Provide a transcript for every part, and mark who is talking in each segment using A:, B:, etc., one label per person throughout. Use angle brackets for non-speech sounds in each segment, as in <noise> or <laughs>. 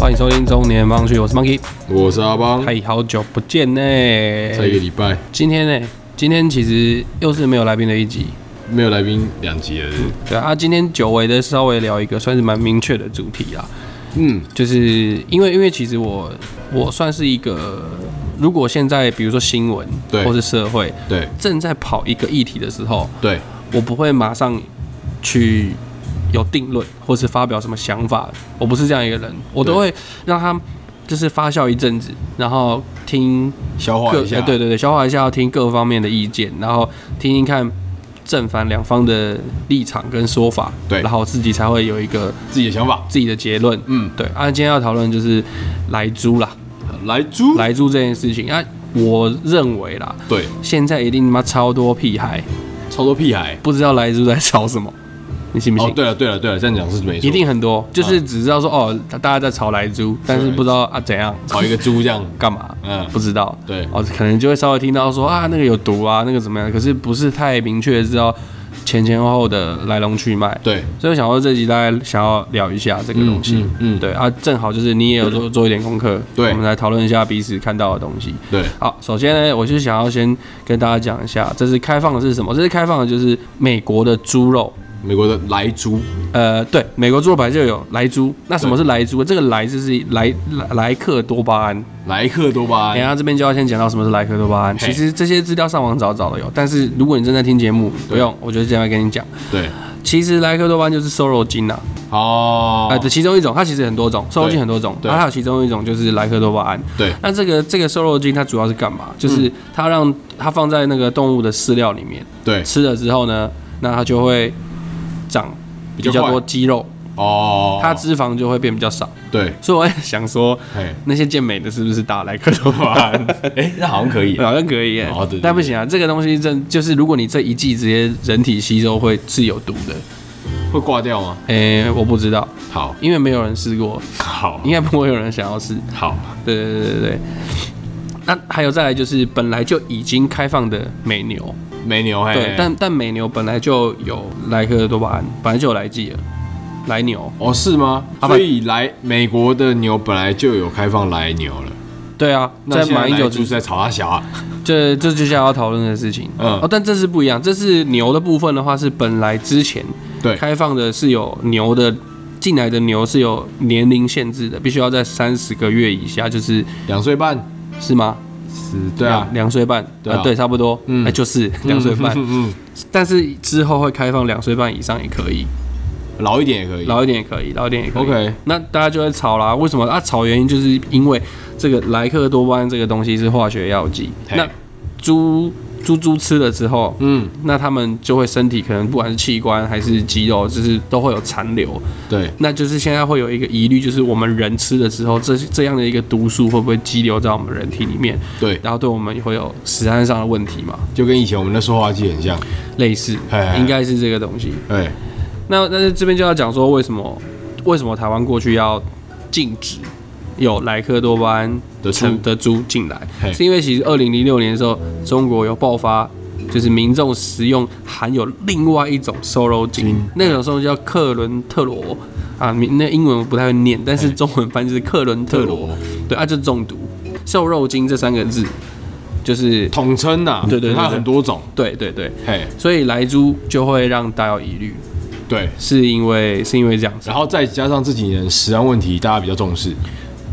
A: 欢迎收听中年帮趣，我是 Monkey。
B: 我是阿邦，
A: 嗨，好久不见呢！
B: 才一个礼拜
A: 今天呢？今天其实又是没有来宾的一集，
B: 没有来宾两集了是不是
A: 对啊。啊今天久违的稍微聊一个算是蛮明确的主题啦，
B: 嗯，
A: 就是因为因为其实我我算是一个，如果现在比如说新闻
B: 对
A: 或是社会
B: 对
A: 正在跑一个议题的时候，
B: 对，
A: 我不会马上去有定论，或是发表什么想法。我不是这样一个人，我都会让他就是发酵一阵子，然后听
B: 消化
A: 各呃
B: 一下，
A: 对对对，消化一下，听各方面的意见，然后听听看正反两方的立场跟说法，
B: 对
A: 然后自己才会有一个
B: 自己的想法，
A: 自己的结论。
B: 嗯，
A: 对，啊，今天要讨论就是来租啦，
B: 来猪，
A: 来租这件事情啊，我认为啦，
B: 对，
A: 现在一定他妈超多屁孩
B: 超多屁孩。
A: 不知道来租在吵什么，你信不信？
B: 哦，对了对了对了，这样讲是没错，嗯
A: 一定很多，就是只知道说、哦，大家在炒来租，但是不知道啊怎样
B: 找一个猪这样，
A: 干嘛，
B: 嗯，
A: 不知道。
B: 对
A: 哦，可能就会稍微听到说啊那个有毒啊，那个怎么样，可是不是太明确地知道前前后后的来龙去脉。
B: 对，
A: 所以我想说这集大家想要聊一下这个东西，
B: 嗯嗯嗯
A: 对啊，正好就是你也有做做一点功课，
B: 对
A: 我们来讨论一下彼此看到的东西。
B: 对，
A: 好，首先呢，我就想要先跟大家讲一下，这次开放的是什么？这次开放的就是美国的猪肉，
B: 美国的来猪，
A: 呃，对，美国猪肉本来就有莱猪。那什么是莱猪？这个莱就是莱莱莱克多巴胺。
B: 莱克多巴
A: 等一
B: 胺，
A: 下这边就要先讲到什么是莱克多巴胺。
B: 哎嘿
A: 其实这些资料上网找找的有，但是如果你正在听节目，不
B: 对
A: 用，我就现在跟你讲。
B: 对，
A: 其实莱克多巴胺就是瘦肉精呐、啊，
B: 哦
A: 呃，，其中一种，它其实很多种，瘦肉精很多种，啊
B: 对
A: 它还有其中一种就是莱克多巴胺。
B: 对，
A: 那这个这个瘦肉精它主要是干
B: 嗯
A: 嘛？就是它让它放在那个动物的饲料里面，
B: 对，
A: 吃了之后呢，那它就会长比
B: 比较
A: 较
B: 快
A: 多肌肉，
B: 哦，
A: 它脂肪就会变比较少。
B: 对，
A: 所以我在 <laughs> 想说，
B: <laughs> 嘿，
A: 那些健美的是不是打莱克多
B: 多
A: 巴
B: 巴
A: 胺？
B: 胺，哎，那好像可以，
A: 好像可以耶、
B: 哦对对
A: 但不行啊，这个东西真就是，如果你这一剂直接人体吸收会是有毒的。
B: 会挂掉吗？
A: 诶、我不知道，
B: 好，
A: 因为没有人试过，
B: 好
A: 应，该不会有人想要试。
B: 好，
A: 对对对对对。那还有再来就是本来就已经开放的美牛，
B: 美牛，嘿
A: 对，，但但美牛本来就有莱克多巴胺，本来就有来剂了，莱牛，
B: 哦，是吗？
A: 啊
B: 所以来美国的牛本来就有开放来牛了，
A: 对啊，
B: 那现
A: 马英
B: 来
A: 九
B: 就是在吵他小啊。
A: <laughs> 这这就是要讨论的事情。
B: 嗯
A: 哦，但这是不一样，这是牛的部分的话，是本来之前
B: 对
A: 开放的是有牛的。进来的牛是有年龄限制的，必须要在三十个月以下，就是
B: 两岁半
A: 是吗？
B: 是，对啊，
A: 两两岁半，
B: 对啊
A: 呃对，差不多，
B: 嗯
A: 哎就是
B: <laughs>
A: 两岁半。
B: 嗯，嗯
A: 但是之后会开放两岁半以上也可以，
B: 嗯老一点也可以。
A: 老一点也可以，老一点也可以。
B: OK
A: 那大家就会吵啦，为什么啊？吵原因就是因为这个莱克多巴胺这个东西是化学药剂，
B: 嘿
A: 那猪猪猪吃了之后，
B: 嗯，
A: 那他们就会身体可能不管是器官还是肌肉，就是都会有残留。
B: 对，
A: 那就是现在会有一个疑虑，就是我们人吃了之后，这这样的一个毒素会不会积留在我们人体里面，
B: 对，
A: 然后对我们也会有食安上的问题嘛？
B: 就跟以前我们的塑化剂很像。哎
A: 类似
B: 嘿嘿，
A: 应该是这个东西。
B: 对，
A: 那那这边就要讲说，为什么为什么台湾过去要禁止有莱克多巴胺
B: 的猪
A: 成的猪进来？
B: 嘿
A: 是因为其实二零零六年的时候，中国有爆发，就是民众食用含有另外一种瘦肉精
B: 精，
A: 那种瘦肉叫克伦特罗啊，民那英文我不太会念，但是中文翻译就是克伦特罗，对啊，就中毒。瘦肉精这三个字，就是
B: 统称呐，
A: 对对对
B: 它有
A: 对
B: 很多种。
A: 对对对，
B: 嘿，
A: 所以莱猪就会让大家有疑虑，
B: 对，
A: 是因为是因为这样子。
B: 然后再加上自己人食安问题，大家比较重视。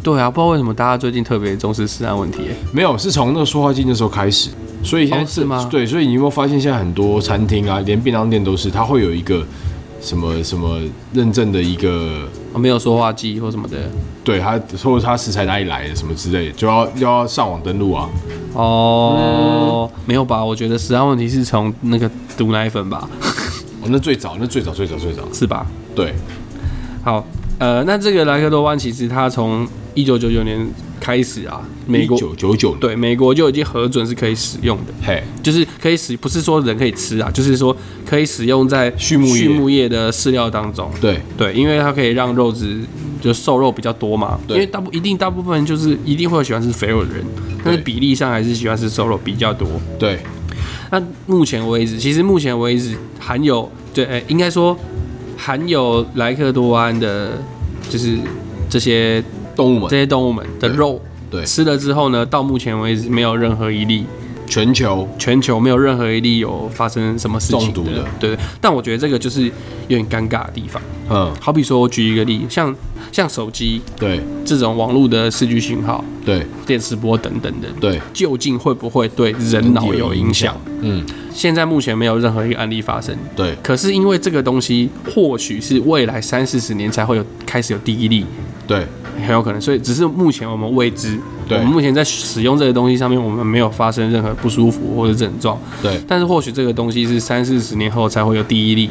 A: 对啊，不知道为什么大家最近特别重视食安问题耶。
B: 没有，是从那个塑化剂那时候开始，所以现在、
A: 哦是吗
B: 对，所以你有没有发现现在很多餐厅啊，连便当店都是，它会有一个什么什么认证的一个
A: 我哦没有说话机或什么的。
B: 对他或者他食材哪里来的什么之类的，就要就要上网登录啊。
A: 哦，
B: 嗯
A: 没有吧？我觉得食安问题是从那个毒奶粉吧，
B: 哦，那最早，那最早，最早，最早，
A: 是吧？
B: 对，
A: 好，呃，那这个莱克多巴胺其实它从一九九九年开始啊，美国
B: 一九九九年，
A: 对美国就已经核准是可以使用的，
B: 嘿，
A: 就是可以使不是说人可以吃啊，就是说可以使用在
B: 畜牧业
A: 畜牧业的饲料当中。
B: 对，
A: 对，因为它可以让肉质就瘦肉比较多嘛。
B: 对
A: 因为大部一定大部分就是一定会有喜欢吃肥肉的人，但是
B: 对
A: 比例上还是喜欢吃瘦肉比较多。
B: 对，
A: 那目前为止，其实目前为止含有对，呃应该说含有莱克多巴胺的，就是这些
B: 动物们
A: 这些动物们的肉，
B: 对
A: 吃了之后呢，到目前为止没有任何一例
B: 全球
A: 全球没有任何一例有发生什么事情
B: 中毒的
A: 对对。但我觉得这个就是有点尴尬的地方。
B: 嗯
A: 好比说，我举一个例，像像手机
B: 对
A: 这种网络的视距信号、
B: 对
A: 电磁波等等的，
B: 对
A: 究竟会不会对人脑有影响？
B: 嗯
A: 现在目前没有任何一个案例发生。
B: 对
A: 可是因为这个东西，或许是未来三四十年才会有开始有第一例，
B: 对
A: 很有可能。所以只是目前我们未知，我
B: 对
A: 们目前在使用这个东西上面，我们没有发生任何不舒服或者症状。
B: 对，
A: 但是或许这个东西是三四十年后才会有第一例，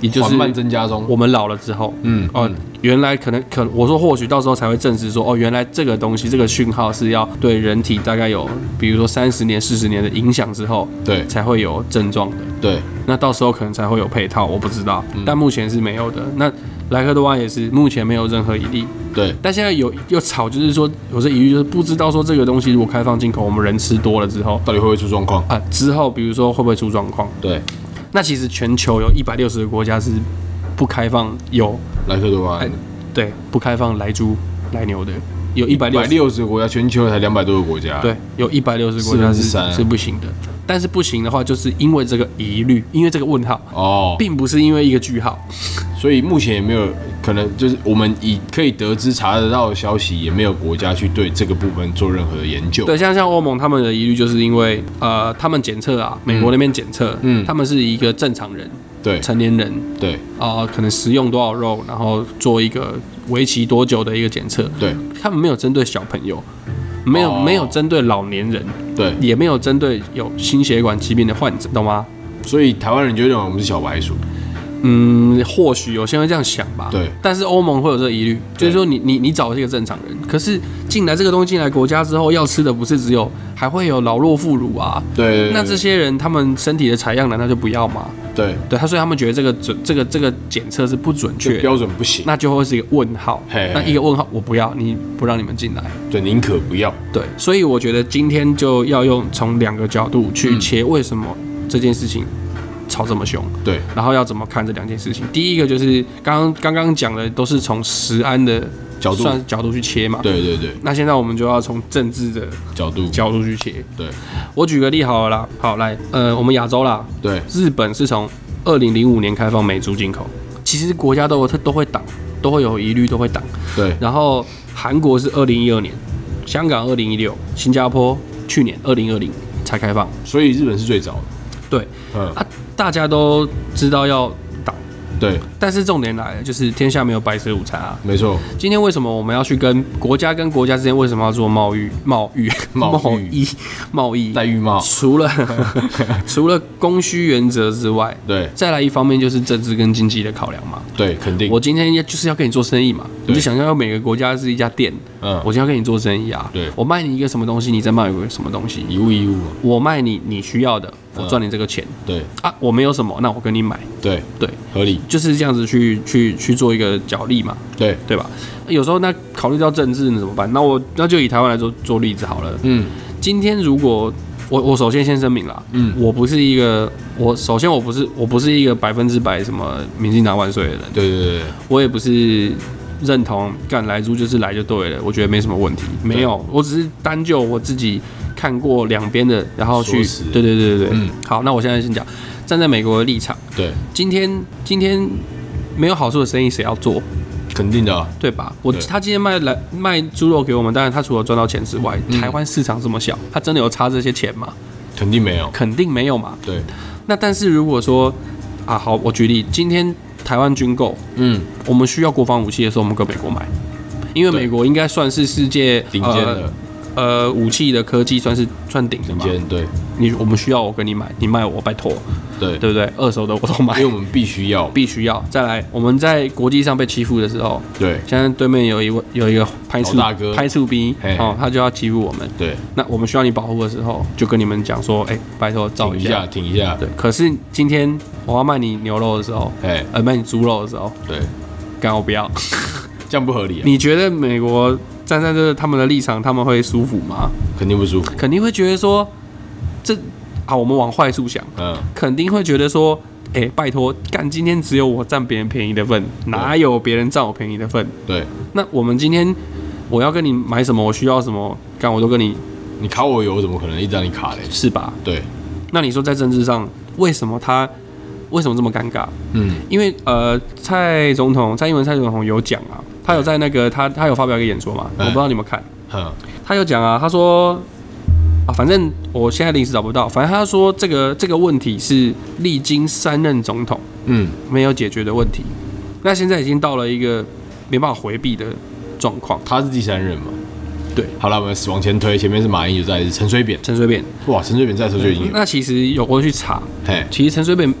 A: 也就是
B: 缓慢增加中，
A: 我们老了之后，
B: 嗯
A: 哦、原来可能可我说或许到时候才会证实说，哦，原来这个东西这个讯号是要对人体大概有，比如说三十年、四十年的影响之后，
B: 对
A: 才会有症状的。
B: 对
A: 那到时候可能才会有配套，我不知道，但目前是没有的。那莱克多巴也是目前没有任何一例，
B: 对
A: 但现在有又吵，就是说有这疑虑，就是不知道说这个东西如果开放进口，我们人吃多了之后
B: 到底会不会出状况？
A: 啊，之后比如说会不会出状况？
B: 对，
A: 那其实全球有一百六十个国家是不开放有
B: 莱克多巴胺
A: 哎，对，不开放来猪来牛的，有一哎百
B: 百
A: 六十
B: 六十个国家，全球才两百多个国家，
A: 对，有一百六十国家是
B: 四分之三
A: 是不行的。但是不行的话，就是因为这个疑虑，因为这个问号，
B: 哦，
A: 并不是因为一个句号。
B: 所以目前也没有可能，就是我们以可以得知查得到的消息，也没有国家去对这个部分做任何的研究。
A: 对，像像欧盟他们的疑虑，就是因为呃，他们检测啊，美国那边检测，
B: 嗯
A: 他们是一个正常人、
B: 对
A: 成年人
B: 对
A: 啊、可能食用多少肉，然后做一个为期多久的一个检测，
B: 对
A: 他们没有针对小朋友，没有、
B: 哦
A: 没有针对老年人，
B: 对，
A: 也没有针对有心血管疾病的患者，懂吗？
B: 所以台湾人就认为我们是小白鼠。
A: 嗯，或许有些人会这样想吧。
B: 对
A: 但是欧盟会有这个疑虑，就是说你你你找一个正常人，可是进来这个东西进来国家之后，要吃的不是只有，还会有老弱妇孺啊。
B: 对，对
A: 那这些人他们身体的采样难道就不要吗？
B: 对
A: 对，他所以他们觉得这个准这个这个检测是不准
B: 这
A: 确
B: 个
A: 的，
B: 标准不行，
A: 那就会是一个问号。
B: 嘿嘿
A: 那一个问号，我不要，你不让你们进来。
B: 对，宁可不要。
A: 对，所以我觉得今天就要用从两个角度
B: 嗯
A: 去切为什么这件事情吵这么凶。
B: 对
A: 然后要怎么看这两件事情？第一个就是刚刚刚刚讲的都是从食安的
B: 角度
A: 算角度去切嘛。。
B: 对对对，
A: 那现在我们就要从政治的
B: 角度
A: 角度去切。
B: 对
A: 我举个例好了啦，好来，呃，我们亚洲啦，
B: 对
A: 日本是从二零零五年开放美猪进口，其实国家都有都会挡，都会有疑虑，都会挡。
B: 对
A: 然后韩国是二零一二年，香港二零一六，新加坡去年二零二零才开放。
B: 所以日本是最早的。
A: 对
B: 嗯，
A: 啊，大家都知道要挡。
B: 对，
A: 但是重点来了，就是天下没有白吃午餐啊！
B: 没错，
A: 今天为什么我们要去跟国家跟国家之间为什么要做贸易、 <laughs> 贸易、
B: 贸易
A: 易、贸易？
B: 戴浴帽。
A: 除了 <laughs> 除了供需原则之外，
B: 对
A: 再来一方面就是政治跟经济的考量嘛。
B: 对，肯定。
A: 我今天要就是要跟你做生意嘛，你就想象每个国家是一家店，
B: 嗯，
A: 我今天要跟你做生意啊，
B: 对
A: 我卖你一个什么东西，你再卖我一个什么东西，
B: 一物一物。
A: 我卖你你需要的，
B: 嗯
A: 我赚你这个钱、
B: 对
A: 啊，我没有什么，那我跟你买，
B: 对，
A: 对，
B: 合理。
A: 就是这样子去去去做一个角力嘛，
B: 对，
A: 对吧？有时候那考虑到政治呢怎么办？那我那就以台湾来做做例子好了。
B: 嗯，
A: 今天如果我我首先先声明啦，
B: 嗯
A: 我不是一个我首先我不是我不是一个百分之百什么民进党万岁的人，
B: 对对对对
A: 我也不是认同干来猪就是来就对了，我觉得没什么问题。没有，我只是单就我自己看过两边的，然后去
B: 说辞
A: 对对对对对，
B: 嗯
A: 好，那我现在先讲，站在美国的立场，
B: 对，
A: 今天今天没有好处的生意谁要做？
B: 肯定的啊。
A: 对吧？我
B: 对
A: 他今天卖来卖猪肉给我们，当然他除了赚到钱之外，
B: 嗯
A: 台湾市场这么小，他真的有差这些钱吗？
B: 肯定没有。
A: 肯定没有嘛。
B: 对，
A: 那但是如果说啊，好，我举例，今天台湾军购，
B: 嗯，
A: 我们需要国防武器的时候，我们跟美国买，因为
B: 对
A: 美国应该算是世界
B: 顶尖的，
A: 呃呃武器的科技算是算顶的
B: 顶
A: 嘛。
B: 尖，对
A: 你我们需要我跟你买，你卖我，拜托，
B: 对，
A: 对不对？二手的我都买
B: 因为，我们必须要，
A: 必须要。再来，我们在国际上被欺负的时候，
B: 对
A: 现在对面有一位有一个拍醋
B: 老大哥
A: 拍醋兵
B: 嘿，
A: 哦，他就要欺负我们。
B: 对，
A: 那我们需要你保护的时候，就跟你们讲说，哎、拜托照
B: 挺
A: 一
B: 一
A: 下
B: 下，。挺一下，
A: 对，可是今天我要卖你牛肉的时候，
B: 哎，
A: 呃，卖你猪肉的时候，
B: 对，
A: 干我不要。
B: 这样不合理啊，
A: 你觉得美国站在这个他们的立场，他们会舒服吗？
B: 肯定不舒服。
A: 肯定会觉得说，这啊，我们往坏处想，
B: 嗯，
A: 肯定会觉得说，哎、拜托，干今天只有我占别人便宜的份，哪有别人占我便宜的份？
B: 对
A: 那我们今天我要跟你买什么，我需要什么，干我都跟你
B: 你卡我油，怎么可能一直让你卡嘞？
A: 是吧？
B: 对，
A: 那你说在政治上，为什么他为什么这么尴尬？
B: 嗯，
A: 因为呃，蔡总统蔡英文蔡总统有讲啊，他有在那个他他有发表一个演说嘛，我
B: 嗯
A: 不知道你们看，
B: 哼，
A: 他有讲啊，他说啊，反正我现在临时找不到，反正他说这个这个问题是历经三任总统
B: 嗯，
A: 没有解决的问题，那现在已经到了一个没办法回避的状况。
B: 他是第三任嘛？
A: 对，
B: 好了，我们往前推，前面是马英九在，是陈水扁，
A: 陈水扁，
B: 哇，陈水扁在的时候就已经有，
A: 那其实有过去查，
B: 嘿，
A: 其实陈水扁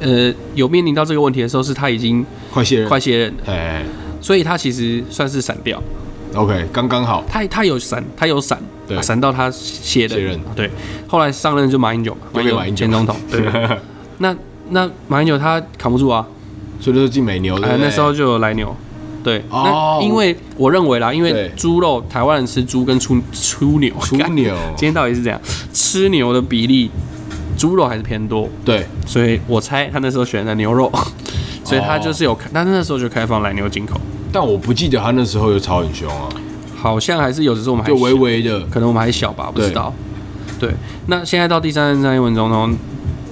A: 呃有面临到这个问题的时候，是他已经
B: 快卸任，
A: 快卸任了，
B: 嘿，嘿
A: 所以他其实算是闪掉。
B: 嘿，OK，刚刚好，
A: 他他有闪，他有闪，
B: 对
A: 啊闪、到他卸任，
B: 卸任
A: 对，后来上任就马英九嘛，
B: 又变马英九
A: 前总统，对，那那马英九他扛不住啊，
B: <laughs> 所以就进美牛，对
A: 哎，
B: 不对
A: 那时候就有来牛，对，
B: 哦
A: 那因为我认为啦，因为
B: 对
A: 猪肉台湾人吃猪跟出 <laughs> 出牛，
B: 枢
A: 干
B: 纽，
A: 今天到底是怎样，吃牛的比例，猪肉还是偏多，
B: 对，
A: 所以我猜他那时候选的牛肉，所以他
B: 哦
A: 就是有，但是那时候就开放来牛进口，
B: 但我不记得他那时候有吵很凶啊，
A: 好像还是有，只是我们还
B: 就微
A: 小
B: 微的，
A: 可能我们还小吧，不
B: 对
A: 知道。对，那现在到第三任蔡英文总统，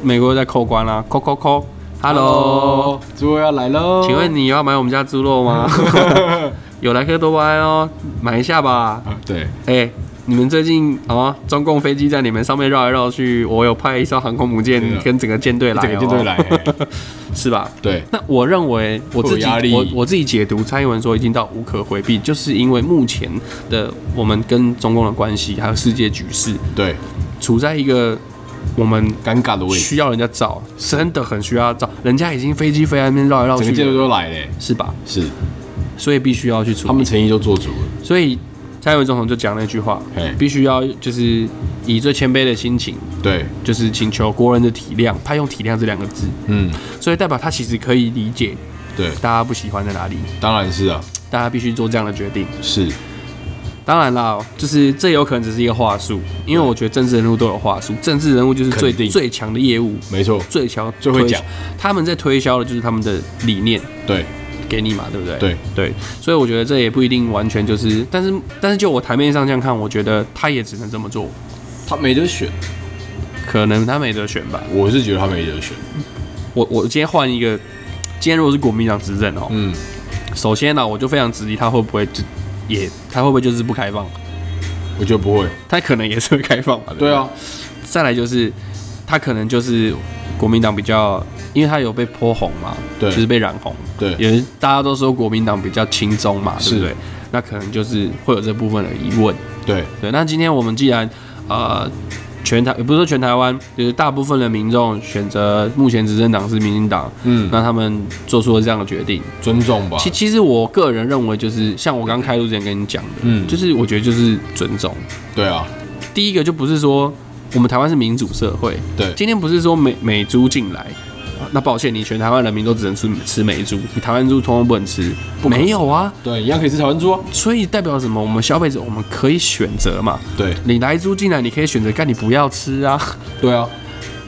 A: 美国又在扣关啦，扣扣扣，Hello，
B: 猪要啊来喽，
A: 请问你要买我们家猪肉
B: <laughs>
A: 吗？有莱克多巴胺哦，买一下吧。
B: 啊，对，
A: 哎、你们最近哦，中共飞机在你们上面绕来绕去，我有派一艘航空母舰
B: 对啊
A: 跟整个舰队来、哦，
B: 整个舰队来，嘿
A: 是吧？
B: 对，
A: 那我认为我自己
B: 会有压力
A: 我我自己解读蔡英文说已经到无可回避，就是因为目前的我们跟中共的关系，还有世界局势，
B: 对，
A: 处在一个我们
B: 尴尬的位置，
A: 需要人家找，真的很需要找，人家已经飞机飞在那边绕来绕
B: 整
A: 去
B: 个舰队
A: 了，
B: 都来嘞，
A: 是吧？
B: 是，
A: 所以必须要去处
B: 他们
A: 理。
B: 诚意都做足了，
A: 所以蔡英文总统就讲那句话
B: 嘿，
A: 必须要就是以最谦卑的心情，
B: 对，
A: 就是请求国人的体谅。他用体谅这两个字，
B: 嗯，
A: 所以代表他其实可以理解
B: 对，
A: 大家不喜欢在哪里，
B: 当然是啊，
A: 大家必须做这样的决定。
B: 是，
A: 当然啦，就是这有可能只是一个话术，因为我觉得政治人物都有话术，政治人物就是最
B: 肯定
A: 最强的业务，
B: 没错，
A: 最强
B: 最会
A: 推
B: 讲，
A: 他们在推销的就是他们的理念
B: 对，
A: 给你嘛，对不对？
B: 对
A: 对，所以我觉得这也不一定完全就是，但是但是就我台面上这样看，我觉得他也只能这么做，
B: 他没得选，
A: 可能他没得选吧。
B: 我是觉得他没得选，
A: 我我今天换一个，今天如果是国民党执政哦，
B: 嗯，
A: 首先啊呢、我就非常质疑他会不会就也他会不会就是不开放，
B: 我觉得不会，
A: 他可能也是会开放吧。不
B: 对啊，
A: 再来就是他可能就是国民党比较，因为他有被泼红嘛，
B: 对
A: 就是被染红，
B: 对
A: 也是大家都说国民党比较轻松嘛，对不
B: 是
A: 对？那可能就是会有这部分的疑问，
B: 对，
A: 对。那今天我们既然呃全台也不是说全台湾，就是大部分的民众选择目前执政党是民进党，
B: 嗯，
A: 那他们做出了这样的决定。
B: 尊重吧，
A: 其其实我个人认为，就是像我刚开录之前跟你讲的，
B: 嗯，
A: 就是我觉得就是尊重。
B: 对啊，
A: 第一个就不是说我们台湾是民主社会，
B: 对，
A: 今天不是说美美猪进来，啊那抱歉，你全台湾人民都只能吃吃美猪，你台湾猪通通不能吃，没有啊，
B: 对，一样可以吃台湾猪啊，
A: 所以代表什么？我们消费者我们可以选择嘛，
B: 对，
A: 你来猪进来，你可以选择，干你不要吃啊， <laughs>
B: 对啊，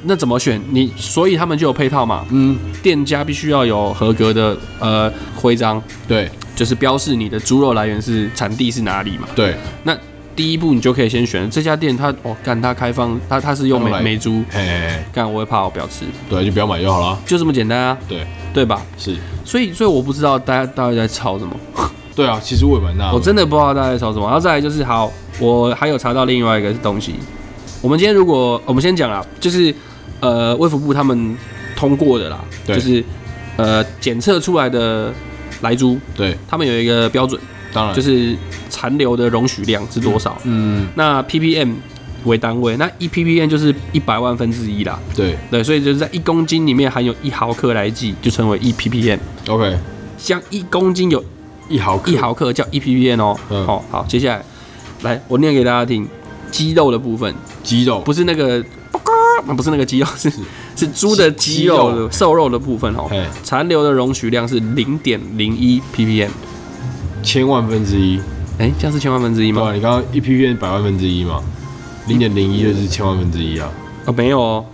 A: 那怎么选？你所以他们就有配套嘛，
B: 嗯，
A: 店家必须要有合格的呃徽章，
B: 对，
A: 就是标示你的猪肉来源是产地是哪里嘛。
B: 对，
A: 那第一步你就可以先选这家店它，哦，干它开放，它它是用
B: 它
A: 美
B: 来
A: 美猪，
B: 嘿嘿，嘿
A: 干我会怕我不要吃，
B: 对，就不要买就好了，
A: 就这么简单啊，
B: 对，
A: 对吧？
B: 是，
A: 所以，所以我不知道大家到底在吵什么，
B: 对啊，其实我也蛮纳闷，
A: 我真的不知道大家在吵什么。然后再来就是，好，我还有查到另外一个东西。我们今天如果我们先讲啦，就是呃，卫福部他们通过的啦，
B: 对
A: 就是呃检测出来的来猪，
B: 对，
A: 他们有一个标准，
B: 当然
A: 就，是残留的容许量是多少。
B: 嗯，
A: 那 ppm 为单位，那一 ppm 就是一百万分之一啦。
B: 对
A: 对，所以就是在一公斤里面含有一毫克来计，就称为一 ppm。
B: ，OK，
A: 像一公斤有
B: 一毫克，
A: 一毫克叫一 ppm 哦。
B: 嗯
A: 哦，好，接下来来我念给大家听，鸡肉的部分
B: 鸡肉，
A: 不是那个，不是那个鸡肉，是是猪的鸡
B: 鸡
A: 肉
B: 肉
A: 的瘦肉的部分哦。
B: 嘿，
A: 残留的容许量是零点零一 ppm，
B: 千万分之一，
A: 哎，这样是千万分之一
B: 对
A: 吗？
B: 吧？你刚刚一 P 变百万分之一嘛，零点零一就是千万分之一啊，
A: 哦，没有哦，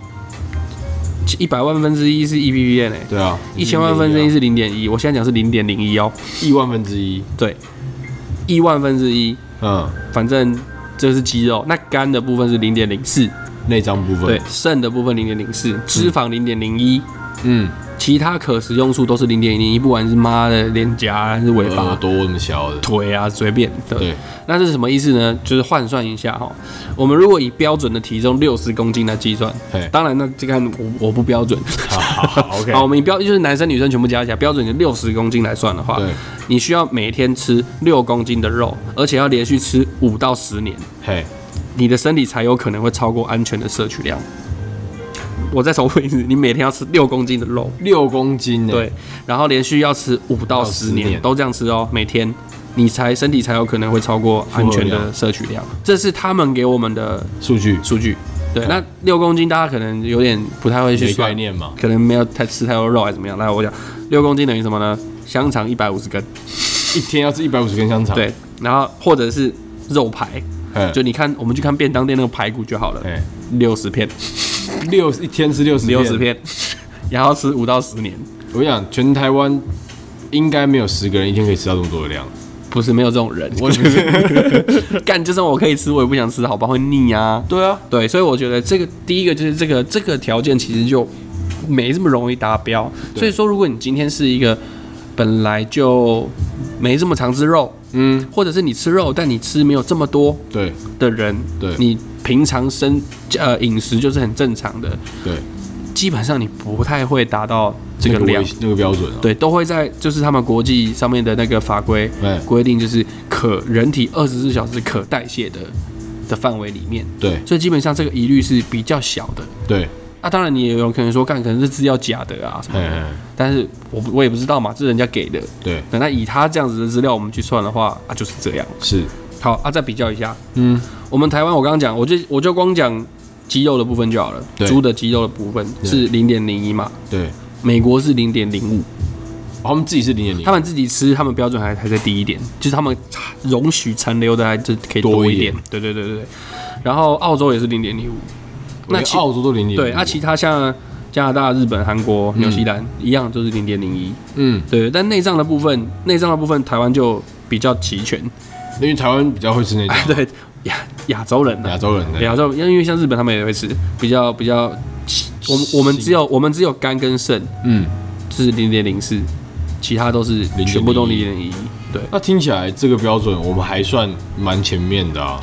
A: 一百万分之一是一 ppm 哎、
B: 对啊，
A: 一千万分之一
B: 啊
A: 是零点一，我现在讲是零点零一哦。
B: 亿万分之一，
A: 对，亿万分之一，
B: 嗯，
A: 反正这是肌肉。那肝的部分是零点零四，
B: 内脏部分，
A: 对，，嗯肾的部分零点零四，脂肪零点零一，
B: 嗯，
A: 其他可食用素都是零点零一，不管是妈的脸颊还是尾
B: 耳
A: 巴、
B: 朵那么小的，
A: 腿啊，随便的。
B: 对，
A: 那这是什么意思呢？就是换算一下哈，我们如果以标准的体重六十公斤来计算
B: 嘿，
A: 当然那这个我我不标准。
B: 好好
A: <laughs>
B: 好，OK，
A: 好，我们以标就是男生女生全部加起来，标准的六十公斤来算的话
B: 对，
A: 你需要每天吃六公斤的肉，而且要连续吃五到十年，
B: 嘿，
A: 你的身体才有可能会超过安全的摄取量。我再重复一次，你每天要吃六公斤的肉，
B: 六公斤呢，，
A: 对，然后连续要吃五到十
B: 10
A: 年
B: 年
A: 都这样吃哦，每天你才身体才有可能会超过安全
B: 负荷
A: 的
B: 量
A: 摄取量，这是他们给我们的
B: 数据
A: 数据。对，那六公斤大家可能有点不太会去
B: 没
A: 算
B: 概，念嘛，
A: 可能没有太吃太多肉还是怎么样。来，我讲六公斤等于什么呢？香肠一百五十根，
B: 一天要吃一百五十根香肠，，
A: 对，然后或者是肉排，就
B: 就
A: 你看我们去看便当店那个排骨就好了，
B: 哎，
A: 六十片，
B: 六一天吃六十
A: 六十，片， <laughs> 然后吃五到十年，
B: 我想全台湾应该没有十个人一天可以吃到这么多的量，
A: 不是没有这种人，
B: <laughs> 我觉得，。
A: 干就算我可以吃，我也不想吃，好吧，会腻啊
B: 对啊，
A: 对，所以我觉得这个第一个就是这个这个条件其实就没这么容易达标。
B: 对
A: 所以说，如果你今天是一个本来就没这么常吃肉，
B: 嗯，
A: 或者是你吃肉但你吃没有这么多
B: 对
A: 的人，
B: 对
A: 你平常生呃饮食就是很正常的，
B: 对，
A: 基本上你不太会达到这个
B: 那
A: 量
B: 维。那个标准啊，
A: 对，都会在就是他们国际上面的那个法规
B: 哎
A: 规定，就是可人体二十四小时可代谢的的范围里面，
B: 对
A: 所以基本上这个疑虑是比较小的。
B: 对，
A: 那、当然，你也有可能说，干可能是资料假的啊什么
B: 哎
A: 的，
B: 哎，
A: 但是我不我也不知道嘛，这是人家给的。
B: 对，
A: 那以他这样子的资料，我们去算的话，啊就是这样。
B: 是，
A: 好啊，再比较一下，
B: 嗯，
A: 我们台湾我刚刚讲，我就我就光讲肌肉的部分就好了，
B: 对
A: 猪的肌肉的部分
B: 对
A: 是零点零一嘛，
B: 对，
A: 美国是零点零五，
B: 哦他们自己是零点零
A: 他，们自己吃，他们标准还还在低一点，就是他们容许残留的还是可以多一点。对对对对对。然后澳洲也是零点零五，
B: 我
A: 那
B: 连
A: 其
B: 澳洲都零点，
A: 对，那、啊其他像加拿大、日本、韩国、纽西兰、一样都是零点零一。
B: 嗯，
A: 对，但内脏的部分，内脏的部分台湾就比较齐全。 <laughs>
B: 因为台湾比较会吃那
A: 哎，
B: 种
A: 对，亚亚洲人
B: 亚
A: 啊，
B: 洲人的，
A: 亚洲，因为像日本他们也会吃，比较比较。我们我们只有我们只有肝跟肾
B: 嗯，
A: 是零点零四，其他都是
B: 0.01
A: 全部都零点一。对
B: 那听起来这个标准我们还算蛮前面的啊，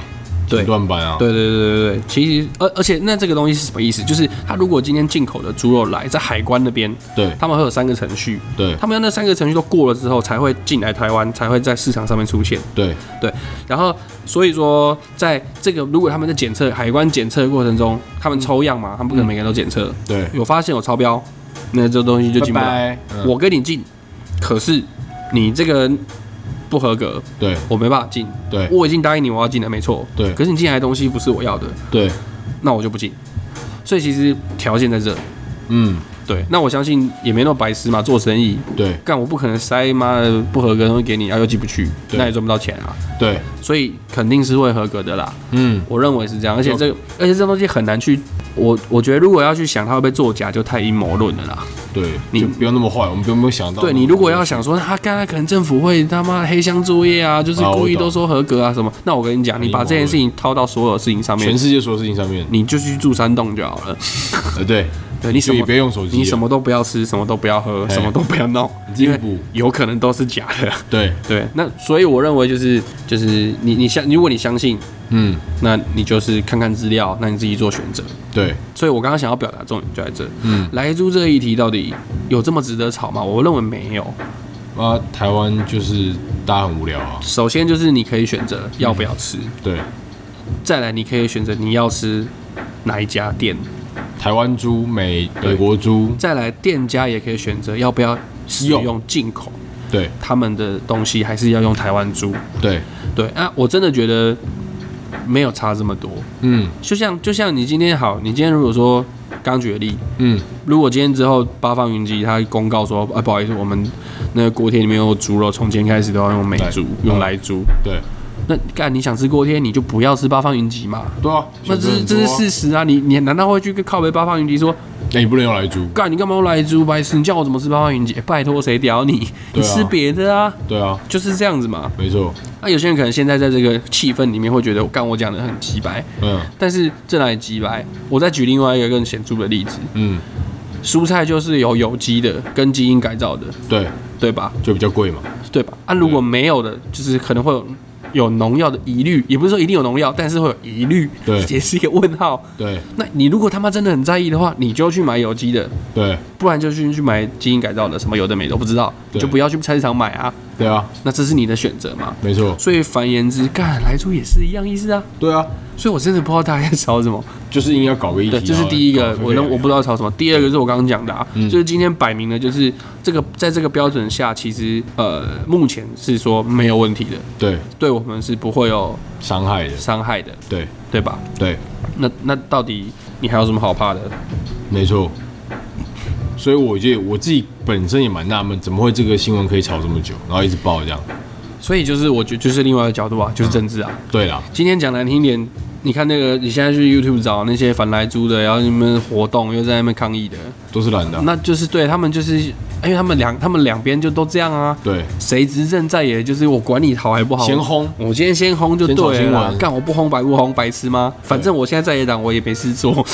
A: 对
B: 前段班啊，
A: 对对对对对，其实而呃而且那这个东西是什么意思？就是他如果今天进口的猪肉来，在海关那边，
B: 对
A: 他们会有三个程序，
B: 对
A: 他们要那三个程序都过了之后，才会进来台湾，才会在市场上面出现。
B: 对
A: 对，然后所以说，在这个如果他们在检测海关检测的过程中，他们抽样嘛，他们不可能每个人都检测，
B: 对，
A: 有发现有超标，那这东西就进不来。
B: 拜拜，嗯
A: 我跟你进，可是你这个不合格，
B: 对
A: 我没办法进。
B: 对
A: 我已经答应你我要进来，没错。
B: 对
A: 可是你进来的东西不是我要的，
B: 对，
A: 那我就不进。所以其实条件在这。
B: 嗯
A: 对，那我相信也没那么白痴嘛，做生意
B: 对
A: 干我不可能塞妈的不合格的东西给你，啊又寄不去，
B: 对
A: 那也赚不到钱啊。
B: 对，
A: 所以肯定是会合格的啦，
B: 嗯
A: 我认为是这样。而且
B: 就
A: 这个，而且这东西很难去，我我觉得如果要去想它会不会作假，就太阴谋论了啦。
B: 对，
A: 你
B: 就不用那么坏，我们不用不用想到那么多，
A: 对你如果要想说他刚才可能政府会他妈黑箱作业啊，就是
B: 啊我
A: 故意
B: 懂
A: 都说合格啊什么，那我跟你讲，你把这件事情套到所有事情上面
B: 全，世界所有事情上面，
A: 你就去住山洞就好了。
B: 呃对，
A: 对你什
B: 就也
A: 么
B: 不用手机了，
A: 你什么都不要吃，什么都不要喝，
B: 哎
A: 什么都不要弄，
B: 你自己
A: 因为
B: 补
A: 有可能都是假
B: <laughs>
A: 的。
B: 对，
A: 对，那所以我认为就是就是你你相如果你相信，
B: 嗯
A: 那你就是看看资料，那你自己做选择。
B: 对
A: 所以我刚刚想要表达重点就在这，
B: 嗯
A: 莱猪这一题到底有这么值得吵吗？我认为没有。
B: 啊，台湾就是大家很无聊啊，
A: 首先就是你可以选择要不要吃，
B: 对，
A: 再来，你可以选择你要吃哪一家店，
B: 台湾猪美
A: 对
B: 美国猪，
A: 再来店家也可以选择要不要使用
B: 用
A: 进口
B: 对
A: 他们的东西，还是要用台湾猪。
B: 对，
A: 对啊，我真的觉得没有差这么多。
B: 嗯
A: 就像就像你今天好，你今天如果说刚举个例，
B: 嗯
A: 如果今天之后八方云集他公告说啊不好意思，我们那个锅贴里面有猪肉，从今天开始都要用美猪，
B: 对
A: 用来猪。
B: 对
A: 那干你想吃锅贴，你就不要吃八方云集嘛。
B: 对啊，
A: 那这是这是事
B: 是，
A: 实啊！你你难道会去靠北八方云集说
B: 哎，你不能用来猪，
A: 干，你干嘛用来猪白痴？你叫哎我怎么吃八方云集？欸拜托，谁屌你？你
B: 对啊
A: 吃别的啊，
B: 对啊，
A: 就是这样子嘛。
B: 没错，
A: 那、有些人可能现在在这个气氛里面会觉得，干我讲的很鸡白，
B: 嗯
A: 但是这哪里鸡白？我再举另外一个更显著的例子，
B: 嗯，
A: 蔬菜就是有有机的跟基因改造的，
B: 对，
A: 对吧？
B: 就比较贵嘛。
A: 对吧？啊，如果没有的，就是可能会有有农药的疑虑，也不是说一定有农药，但是会有疑虑，
B: 对
A: 也是一个问号。
B: 对
A: 那你如果他妈真的很在意的话，你就去买有机的，
B: 对
A: 不然就去去买基因改造的，什么有的没的我不知道，
B: 对
A: 就不要去菜市场买啊。
B: 对啊，
A: 那这是你的选择嘛？
B: 没错，
A: 所以反言之，干来猪也是一样意思啊。
B: 对啊，
A: 所以我真的不知道大家在吵什么。
B: 就是应该搞个议
A: 对，
B: 题。
A: 这是第一个
B: 然后，搞
A: 我
B: 个
A: 认我不知道吵什么。第二个是我刚刚讲的啊，
B: 嗯
A: 就是今天摆明了就是这个在这个标准下，其实呃目前是说没有问题的，
B: 对
A: 对我们是不会有
B: 伤害的，
A: 伤害的，
B: 对
A: 对吧？
B: 对，
A: 那那到底你还有什么好怕的？
B: 没错。所以我觉得我自己本身也蛮纳闷，怎么会这个新闻可以炒这么久，然后一直爆这样？
A: 所以就是我觉就是另外一个角度啊，就是政治啊。
B: 对啦，
A: 今天讲难听一点，你看那个你现在去 YouTube 找那些反来租的，然后你们活动又在那边抗议的，
B: 都是懒的啊。
A: 那就是对他们就是，因为他们两他们两边就都这样啊。
B: 对
A: 谁执政在野，就是我管你好还不好，
B: 先轰
A: 我今天先轰就对
B: 先
A: 了
B: 炒新
A: 啦
B: 闻。
A: 干我不轰白不轰，白痴吗？反正我现在在野党，我也没事做，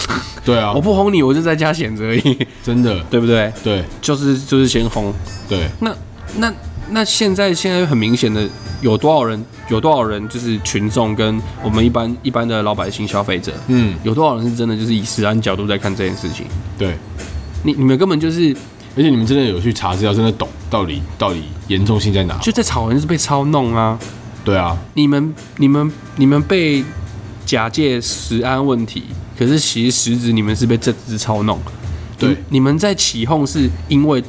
B: 对啊
A: 我，不轰你，我就在家闲着而已，
B: 真的，
A: 对不对？
B: 对
A: 就是就是先轰。
B: 对
A: 那那那现在现在很明显的，有多少人有多少人就是群众跟我们一般一般的老百姓消费者，
B: 嗯
A: 有多少人是真的就是以食安角度在看这件事情？
B: 对，
A: 你你们根本就是
B: 而且你们真的有去查资料，真的懂到底到底严重性在哪？
A: 就在吵人是被操弄啊！
B: 对啊，
A: 你们你们你们被假借食安问题，可是其实实质你们是被政治操弄。
B: 对
A: 你你们在起哄是因为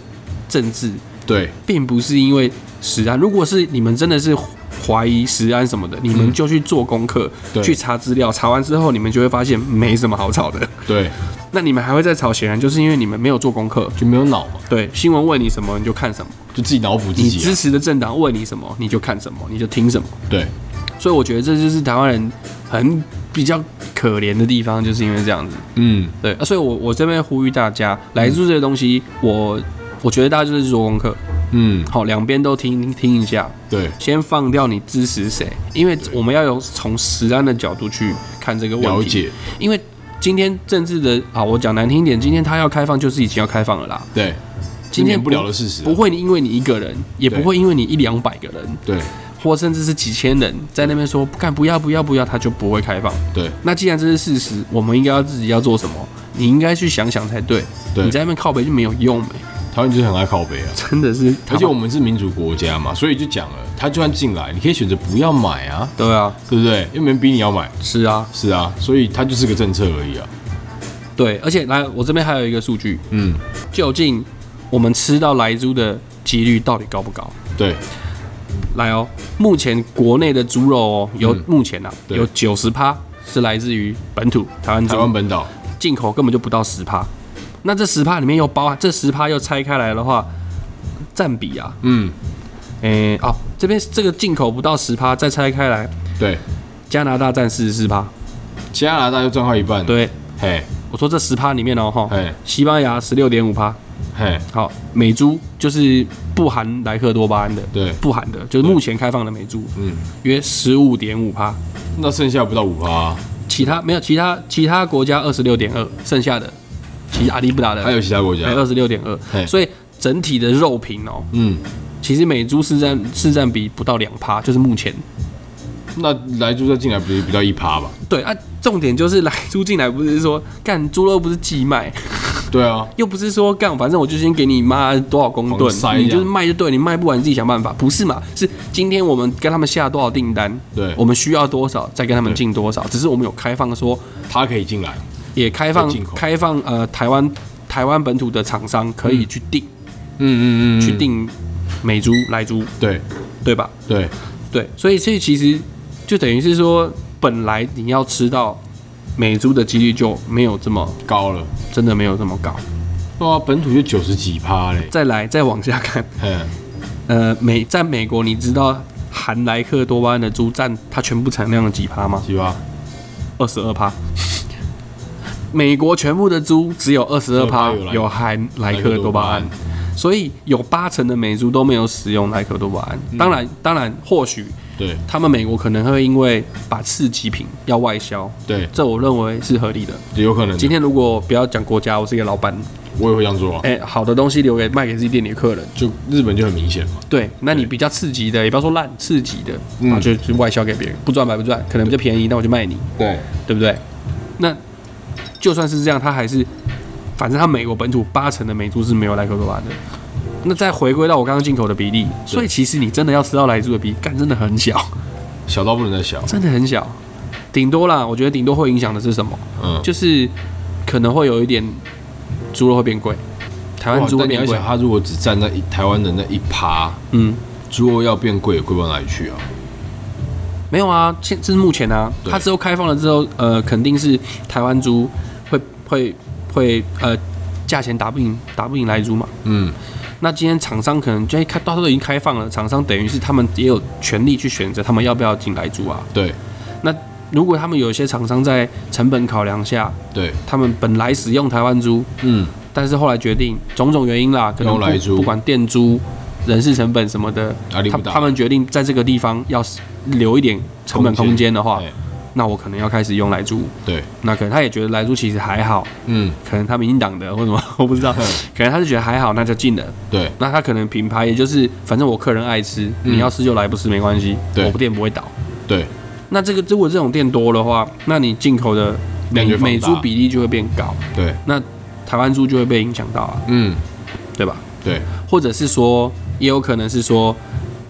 A: 政治，
B: 对
A: 并不是因为食安。如果是你们真的是怀疑食安什么的，你们就去做功课，
B: 嗯对
A: 去查资料，查完之后你们就会发现没什么好吵的。 <laughs>
B: 对，
A: 那你们还会再吵，显然就是因为你们没有做功课。
B: 就没有脑嘛，
A: 对，新闻问你什么你就看什么，
B: 就自己脑补自
A: 你
B: 己、
A: 支
B: 啊。
A: 持的政党问你什么你就看什么，你就听什么。
B: 对
A: 所以我觉得这就是台湾人很比较可怜的地方，就是因为这样子。
B: 嗯，
A: 对，啊所以我我这边呼吁大家，来自这些东西，我我觉得大家就是做功课，
B: 嗯，
A: 好，两边都听听一下，
B: 对，
A: 先放掉你支持谁，因为我们要有从实安的角度去看这个
B: 了
A: 问题，
B: 解，
A: 因为。今天政治的啊，我讲难听一点，今天他要开放就是已经要开放了啦。
B: 对，
A: 今天
B: 免不了的事实啊、
A: 不会因为你一个人，也不
B: 对
A: 会因为你一两百个人，
B: 对
A: 或甚至是几千人在那边说干不要不要不要，他就不会开放。
B: 对
A: 那既然这是事实，我们应该要自己要做什么？你应该去想想才对。
B: 对
A: 你在那边靠北就没有用、欸，
B: 台湾就是很爱靠北啊，
A: 真的 <laughs> 是。
B: 而且我们是民主国家嘛，所以就讲了，他就算进来，你可以选择不要买啊，
A: 对啊，
B: 对不对？又没人逼你要买，
A: 是啊，
B: 是啊，所以它就是个政策而已啊。
A: 对。而且来，我这边还有一个数据，
B: 嗯，
A: 究竟我们吃到莱猪的几率到底高不高？
B: 对
A: 来哦，目前国内的猪肉哦，有、
B: 嗯
A: 目前啊，
B: 对
A: 有九十趴是来自于本土台湾
B: 台
A: 猪，
B: 湾本岛，
A: 进口根本就不到十趴。那这十趴里面又包含这十趴又拆开来的话，占比啊，
B: 嗯，
A: 诶、哦，这边这个进口不到十趴，再拆开来，
B: 对，
A: 加拿大占四十四趴。
B: 加拿大就赚快一半，，
A: 对，
B: 嘿，
A: 我说这十趴里面哦，哈，
B: 嘿，
A: 西班牙十六点五趴。
B: 嘿，
A: 好，美猪就是不含莱克多巴胺的，
B: 对，
A: 不含的，就是目前开放的美猪，
B: 嗯，
A: 约十五点五趴。
B: 那剩下不到五趴、
A: 其他没有，其他其他国家二十六点二，剩下的其阿迪布达的
B: 还有其哎他国家
A: 还，二十六点二，
B: 嘿
A: 所以整体的肉品哦，
B: 嗯，
A: 其实美猪市占市占比不到两趴，就是目前。
B: 那来猪再进来不是不到一趴吧？
A: 对啊，重点就是来猪进来不是说干猪肉不是寄卖，
B: 对啊，
A: <laughs> 又不是说干，反正我就先给你妈多少公
B: 狂
A: 吨
B: 塞，
A: 你
B: 这样
A: 就是卖就对，你卖不完你自己想办法，不是嘛？是今天我们跟他们下多少订单，
B: 对
A: 我们需要多少，再跟他们
B: 对
A: 进多少，只是我们有开放说，
B: 它可以进来，
A: 也开放
B: 再进口
A: 开放呃台湾台湾本土的厂商可以去订、
B: 嗯嗯嗯，
A: 去，订美猪来猪，
B: 对
A: 对吧？
B: 对
A: 对，所以所以其实就等于是说，本来你要吃到美猪的几率就没有这么
B: 高了，
A: 真的没有这么高。
B: 哇，本土就九十几趴嘞，
A: 再来再往下看，
B: 嗯，
A: 呃，美在美国，你知道含莱克多巴胺的猪占它全部产量的几趴吗？
B: 几趴？
A: 二十二趴。美国全部的猪只有二十二趴
B: 有莱
A: 有含莱克多巴胺
B: 莱克，
A: 嗯所以有八成的美猪都没有使用莱克多巴胺。当然，当然，或许
B: 对
A: 他们美国可能会因为把次级品要外销，
B: 对，
A: 这我认为是合理的。
B: 有可能的
A: 今天如果不要讲国家，我是一个老板，
B: 我也会这样做啊。
A: 哎、好的东西留给卖给自己店里的客人，
B: 就日本就很明显嘛，
A: 对，那你比较刺激的，也不要说烂，刺激的，
B: 嗯
A: 啊，就就外销给别人，不赚白不赚，可能比较便宜，那我就卖你，
B: 对，
A: 对不对？那就算是这样，他还是，反正他美国本土八成的美猪是没有莱克多巴的。那再回归到我刚刚进口的比例，所以其实你真的要吃到莱猪的比例，干真的很小，
B: 小到不能再小，
A: 真的很小，顶多啦，我觉得顶多会影响的是什么？
B: 嗯，
A: 就是可能会有一点猪肉会变贵，台
B: 哇
A: 湾猪会
B: 但你
A: 变
B: 要
A: 贵
B: 想，，他如果只站在一台湾的那一趴，
A: 嗯，
B: 猪肉要变贵也贵不到哪里去啊。
A: 没有啊，现这是目前啊，
B: 对
A: 它之后开放了之后，呃，肯定是台湾猪会会会呃价钱打不赢打不赢来猪嘛。
B: 嗯，
A: 那今天厂商可能就会开，到时候已经开放了，厂商等于是他们也有权利去选择他们要不要进来猪啊。
B: 对
A: 那如果他们有一些厂商在成本考量下，
B: 对，
A: 他们本来使用台湾猪，
B: 嗯，
A: 但是后来决定种种原因啦，可能
B: 用莱猪
A: 不不管店租、人事成本什么的，
B: 压力
A: 他
B: 不大
A: 他们决定在这个地方要留一点成本空间的话
B: 哎，
A: 那我可能要开始用莱猪。
B: 对，
A: 那可能他也觉得莱猪其实还好，
B: 嗯，
A: 可能他民进党的或什么 <laughs> 我不知道，可能他是觉得还好，那就进了。
B: 对
A: 那他可能品牌也就是反正我客人爱吃，
B: 嗯
A: 你要吃就来，不吃没关系，
B: 对
A: 我店不会倒。
B: 对，
A: 那这个如果这种店多的话，那你进口的
B: 量就
A: 美
B: 放大
A: 美猪比例就会变高，
B: 对，
A: 那台湾猪就会被影响到啊，
B: 嗯，
A: 对吧？
B: 对
A: 或者是说，也有可能是说，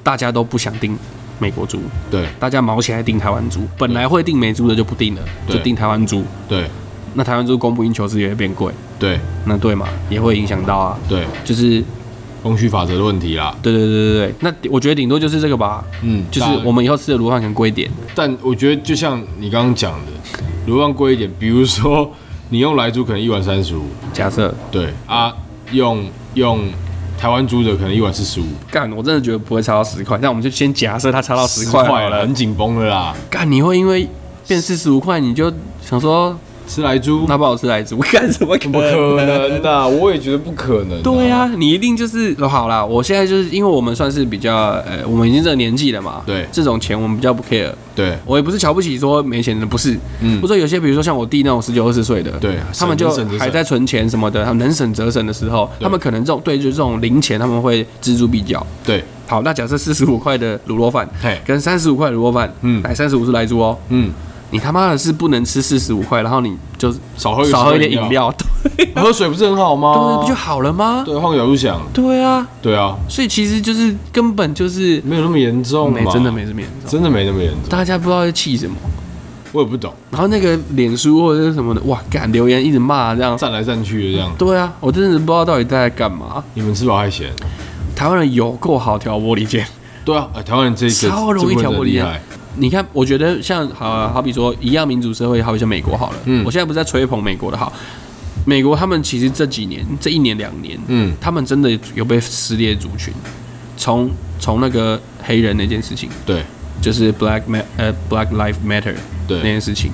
A: 大家都不想订美国猪，
B: 对
A: 大家毛起来订台湾猪，本来会订美猪的就不订了，
B: 对
A: 就订台湾猪。
B: 对
A: 那台湾猪供不应求，是也会变贵，
B: 对
A: 那对嘛，也会影响到啊。
B: 对，
A: 就是
B: 供需法则的问题啦。
A: 对对对对对，那我觉得顶多就是这个吧，
B: 嗯，
A: 就是
B: 大
A: 我们以后吃的卤肉饭可能贵一点，
B: 但我觉得就像你刚刚讲的，如果贵一点，比如说你用莱猪可能一碗三十五，
A: 假设
B: 对啊，用用台湾猪的可能一碗是十五，
A: 干，我真的觉得不会差到十块，那我们就先假设它差到啊十块好了
B: 很。紧绷了啦。
A: 干，你会因为变四十五块，你就想说
B: 吃莱猪
A: 那不好吃来煮，干什么可
B: <laughs>
A: 啊
B: 不可能的、我也觉得不可能、啊
A: 对啊呀、，你一定就是哦好啦。我现在就是因为我们算是比较，呃，我们已经这个年纪了嘛，
B: 对
A: 这种钱我们比较不 care。
B: 对
A: 我也不是瞧不起说没钱的，不是，
B: 嗯
A: 我说有些比如说像我弟那种十九二十岁的，
B: 对
A: 他们就
B: 省着省着
A: 还在存钱什么的，他们能省则省的时候，
B: 对
A: 他们可能这种对就这种零钱他们会锱铢必较。
B: 对，
A: 好，那假设四十五块的卤肉饭
B: 嘿，
A: 跟三十五块的卤肉饭，
B: 嗯
A: 来三十五是来猪哦，
B: 嗯，
A: 你他妈的是不能吃四十五块，然后你就
B: 少喝哦
A: 少喝一点饮，料，对，
B: 喝水不是很好吗？
A: 对，啊不就好了吗？
B: 对，换个角度想，
A: 对啊，
B: 对啊，
A: 所以其实就是根本就是
B: 没有那么严重嘛
A: 没，真的没这么严重，
B: 真的没那么严重，
A: 大家不知道在气什么。
B: 我也不懂，
A: 然后那个脸书或者是什么的，哇，干留言一直骂这样。
B: 站来站去的这样，
A: 对啊，我真的是不知道到底在干嘛。
B: 你们吃饱还嫌？
A: 台湾人有够好挑拨离间，
B: 对啊，哎台湾人这个
A: 超容易挑拨离啊
B: 厉
A: 间
B: 害，
A: 你看，我觉得像好好比说一样民主社会，好比像美国好了，
B: 嗯
A: 我现在不是在吹捧美国的好，美国他们其实这几年这一年两年，
B: 嗯
A: 他们真的有被撕裂族群，从从那个黑人那件事情，
B: 对
A: 就是 Black Ma 呃 Black Life Matter 那
B: 对
A: 件事情，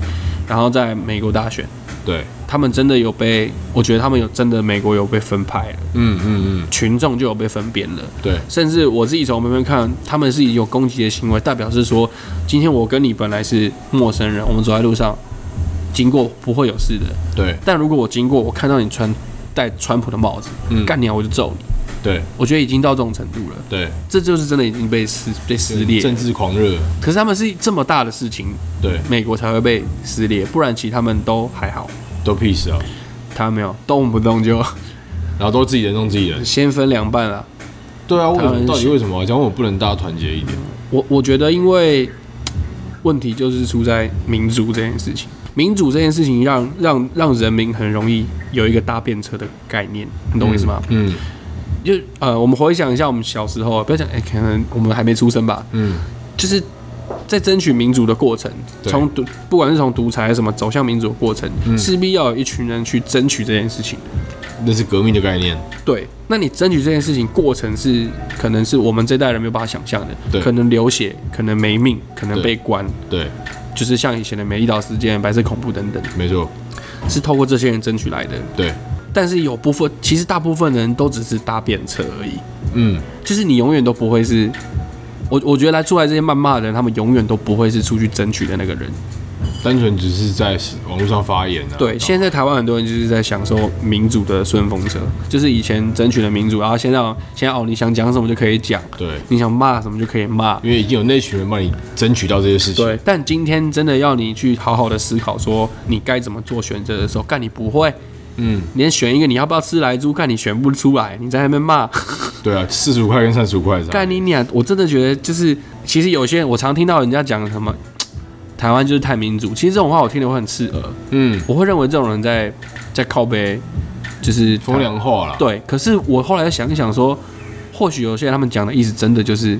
A: 然后在美国大选，
B: 对，
A: 他们真的有被，我觉得他们有真的美国有被分派了，
B: 嗯嗯嗯，
A: 群众就有被分辨了。
B: 对
A: 甚至我自己从旁边看，他们是有攻击的行为，代表是说，今天我跟你本来是陌生人，我们走在路上，经过不会有事的。
B: 对
A: 但如果我经过，我看到你穿戴川普的帽子，
B: 嗯
A: 干鸟我就揍你。
B: 对
A: 我觉得已经到这种程度了，
B: 对，
A: 这就是真的已经被撕被撕裂。
B: 政治狂热，
A: 可是他们是这么大的事情，
B: 对，
A: 美国才会被撕裂，不然其实他们都还好，
B: 都 peace 啊，
A: 他们没有动不动就
B: 然后都自己人弄自己人，
A: 先分两半了。
B: 对啊，为什
A: 台湾
B: 么
A: 人
B: 到底为什么啊？讲我不能大家团结一点？
A: 我我觉得，因为问题就是出在民主这件事情。民主这件事情让让让人民很容易有一个搭便车的概念，你懂我意思吗？
B: 嗯
A: 就呃，我们回想一下我们小时候，不要讲，哎、可能我们还没出生吧，
B: 嗯，
A: 就是在争取民主的过程，
B: 对嗯
A: 从独不管是从独裁还是什么走向民主的过程，势必要有一群人去争取这件事情。
B: 那是革命的概念，
A: 对，那你争取这件事情过程是可能是我们这代人没有办法想象的，
B: 对
A: 可能流血，可能没命，可能
B: 对
A: 被关，
B: 对，
A: 就是像以前的美丽岛事件、白色恐怖等等，
B: 没错，
A: 是透过这些人争取来的。
B: 对，
A: 但是有部分，其实大部分人都只是搭便车而已，
B: 嗯，
A: 就是你永远都不会是我我觉得来出来这些谩骂的人，他们永远都不会是出去争取的那个人。
B: 单纯只是在网络上发言啊。
A: 对，现在台湾很多人就是在享受民主的顺风车，就是以前争取了民主，然后现在现在哦，你想讲什么就可以讲，
B: 对，
A: 你想骂什么就可以骂。
B: 因为已经有那群人帮你争取到这些事情。
A: 对，但今天真的要你去好好的思考，说你该怎么做选择的时候，干你不会，
B: 嗯，
A: 连选一个你要不要吃来猪，干你选不出来，你在那边骂，
B: 对啊，四十五块跟三十五块是吧
A: 干你俩！我真的觉得就是，其实有些人我常听到人家讲什么，台湾就是太民主，其实这种话我听了会很刺耳，
B: 嗯，
A: 我会认为这种人在在靠背，就是
B: 风凉话啦。
A: 对，可是我后来想一想说，或许有些人他们讲的意思真的就是，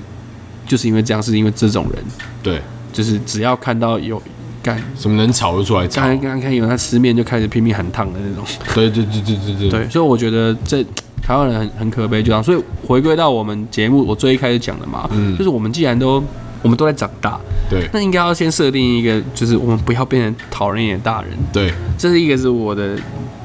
A: 就是因为这样，是因为这种人，
B: 对，
A: 就是只要看到有干
B: 什么能吵得出来吵？
A: 刚刚看有人他吃面就开始拼命喊烫的那种。
B: 对对对对对对
A: 对，所以我觉得这台湾人很很可悲，就这样。所以回归到我们节目我最一开始讲的嘛，
B: 嗯
A: 就是我们既然都我们都在长大，
B: 对
A: 那应该要先设定一个，就是我们不要变成讨人厌的大人。
B: 对
A: 这是一个是我的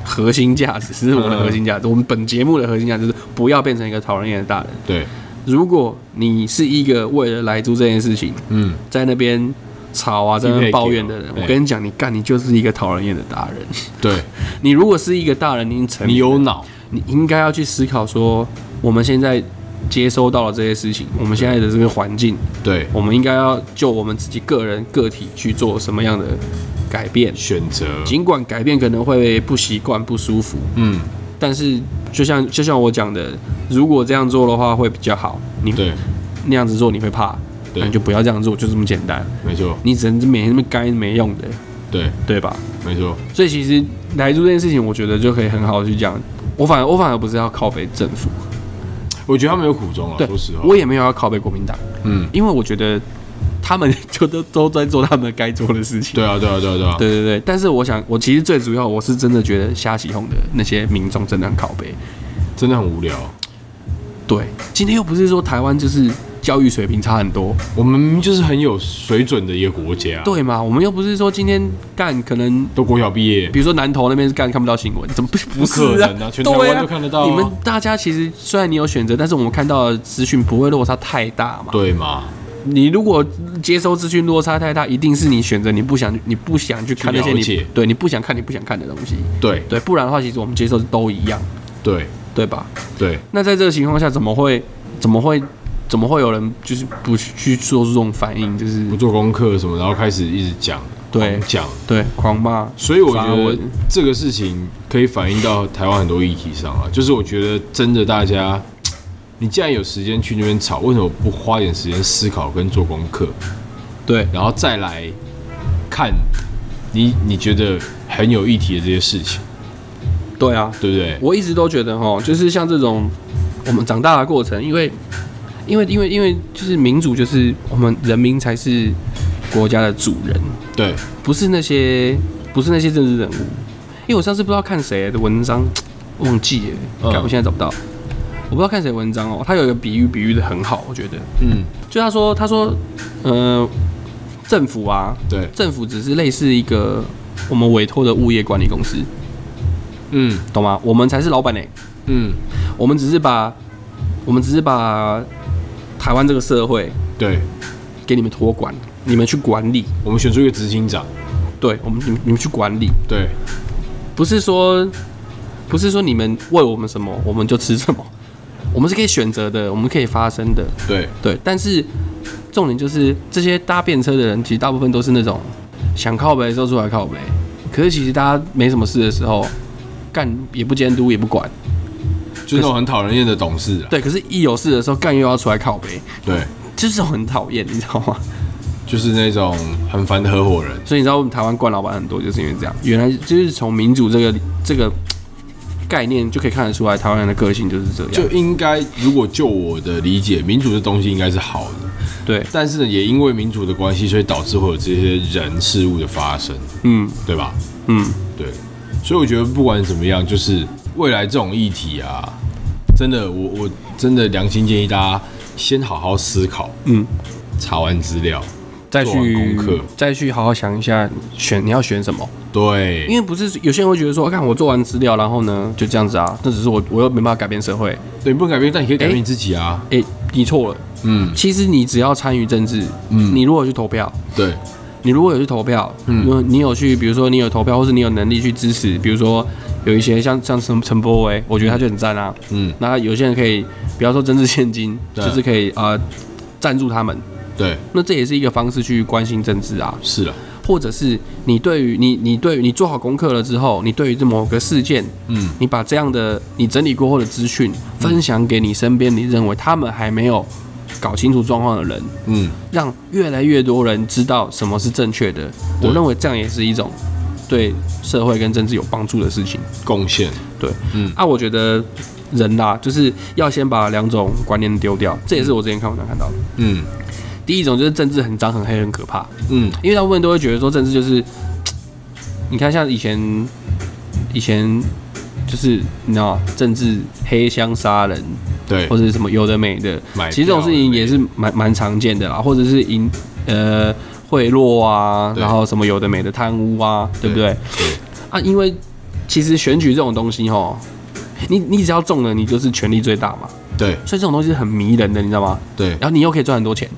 A: 核心价值，是我的核心价值。
B: 嗯
A: 我们本节目的核心价值是不要变成一个讨人厌的大人。
B: 对，
A: 如果你是一个为了来租这件事情
B: 嗯，
A: 在那边吵啊，在那边抱怨的人，我跟你讲，你干你就是一个讨人厌的大人。
B: 对
A: 你如果是一个大人，你已经成
B: 你
A: 年了
B: 有脑，
A: 你应该要去思考说，我们现在接收到了这些事情，我们现在的这个环境，
B: 对
A: 我们应该要就我们自己个人个体去做什么样的改变。
B: 选择，
A: 尽管改变可能会不习惯、不舒服，
B: 嗯，
A: 但是就像就像我讲的，如果这样做的话会比较好。你
B: 对，
A: 那样子做你会怕，
B: 对
A: 那你就不要这样做，就这么简单。
B: 没错，
A: 你只能每天那么干没用的，
B: 对，
A: 对吧？
B: 没错，
A: 所以其实来住这件事情，我觉得就可以很好的去讲。我反而我反而不是要靠北政府，
B: 我觉得他们有苦衷啊，
A: 对
B: 说实，话
A: 我，也没有要拷贝国民党，
B: 嗯，
A: 因为我觉得他们 <laughs> 就都都在做他们该做的事情。
B: 对啊，对啊，对啊，对啊，
A: 对对对，但是我想，我其实最主要，我是真的觉得虾喜红的那些民众真的很拷贝。
B: 真的很无聊。
A: 对，今天又不是说台湾就是教育水平差很多，
B: 我们明明就是很有水准的一个国家，，
A: 对嘛？我们又不是说今天干可能，
B: 都国小毕业，
A: 比如说南投那边是干看不到新闻，怎么 <laughs> 不不是
B: 不可
A: 啊
B: 能啊？全台湾
A: 对啊，
B: 都看得到啊
A: 你们大家其实虽然你有选择，但是我们看到的资讯不会落差太大嘛。
B: 对嘛？
A: 你如果接收资讯落差太大，一定是你选择你不想你不想去看那些
B: 去了
A: 你
B: 解
A: 对你不想看你不想看的东西，
B: 对
A: 对，不然的话其实我们接受都一样，
B: 对
A: 对吧？
B: 对，
A: 那在这个情况下，怎么会怎么会怎么会有人就是不去做出这种反应，就是
B: 不做功课什么，然后开始一直讲，
A: 对
B: 狂讲，
A: 对狂骂？
B: 所以我觉
A: 发
B: 得
A: 文
B: 这个事情可以反映到台湾很多议题上啊，就是我觉得真的大家，你既然有时间去那边吵，为什么不花点时间思考跟做功课，
A: 对
B: 然后再来看你你觉得很有议题的这些事情，
A: 对啊，
B: 对不对？
A: 我一直都觉得哈，就是像这种我们长大的过程，因为因为因为因为就是民主，就是我们人民才是国家的主人。
B: 对，
A: 不是那些不是那些政治人物，因为我上次不知道看谁的文章，忘记了，
B: 嗯
A: 看我现在找不到，我不知道看谁的文章哦，他有一个比喻，比喻的很好，我觉得，
B: 嗯，
A: 就他说他说，呃，政府啊，
B: 对，
A: 政府只是类似一个我们委托的物业管理公司，
B: 嗯
A: 懂吗？我们才是老板呢、欸
B: 嗯，
A: 我们只是把我们只是把台湾这个社会
B: 对，
A: 给你们托管，你们去管理，
B: 我们选出一个执行长，
A: 对我们你们你们去管理，
B: 对
A: 不是说不是说你们喂我们什么我们就吃什么， <laughs> 我们是可以选择的，我们可以发生的，
B: 对
A: 对。但是重点就是这些搭便车的人，其实大部分都是那种想靠北的时候出来靠北，可是其实大家没什么事的时候。干也不监督也不管，
B: 就是那种很讨人厌的董事啊，
A: 对，可是，一有事的时候，干又要出来靠北， <laughs>
B: 对，
A: 就是很讨厌，你知道吗？
B: 就是那种很烦的合伙人，
A: 所以你知道我们台湾惯老板很多，就是因为这样。原来就是从民主这个这个概念就可以看得出来，台湾人的个性就是这样。
B: 就应该如果就我的理解，民主这东西应该是好的。
A: 对，
B: 但是呢，也因为民主的关系，所以导致会有这些人事物的发生，
A: 嗯
B: 对吧？
A: 嗯，
B: 对，所以我觉得不管怎么样，就是未来这种议题啊，真的，我我真的良心建议大家先好好思考，
A: 嗯，
B: 查完资料，
A: 再
B: 做完功
A: 去
B: 课
A: 再去好好想一下选你要选什么，
B: 对，
A: 因为不是有些人会觉得说，看我做完资料，然后呢就这样子啊，那只是我我又没办法改变社会。
B: 对，你不能改变，但你可以改变你自己啊。
A: 诶，你错了，
B: 嗯，
A: 其实你只要参与政治，
B: 嗯
A: 你如果有去投票，
B: 对，
A: 你如果有去投票，
B: 嗯
A: 嗯，你有去，比如说你有投票，或是你有能力去支持，比如说有一些像像陈陈柏维，我觉得他就很赞啊。
B: 嗯，
A: 那有些人可以，不要说政治现金，
B: 对
A: 就是可以啊赞助他们，
B: 对，
A: 那这也是一个方式去关心政治啊。
B: 是了，
A: 或者是你对于你你对于你做好功课了之后，你对于这某个事件，
B: 嗯，
A: 你把这样的你整理过后的资讯分享给你身边你认为他们还没有搞清楚状况的人，
B: 嗯，
A: 让越来越多人知道什么是正确的。
B: 对
A: 我认为这样也是一种对社会跟政治有帮助的事情。
B: 贡献，
A: 对，
B: 嗯
A: 啊，我觉得人啦、就是要先把两种观念丢掉，这也是我之前看文章看到的。
B: 嗯
A: 第一种就是政治很脏、很黑、很可怕，
B: 嗯，
A: 因为大部分人都会觉得说政治就是，你看像以前，以前就是你知道吗政治黑箱杀人
B: 对
A: 或，者是什么有的没的，
B: 买
A: 其实这种
B: 票
A: 事情也是蛮蛮常见的啦，或者是银呃贿赂啊，
B: 对
A: 然后什么有的没的贪污啊，对不对？
B: 对
A: 啊，因为其实选举这种东西吼，你你只要中了，你就是权力最大嘛，
B: 对
A: 所以这种东西是很迷人的，你知道吗？
B: 对，
A: 然后你又可以赚很多钱，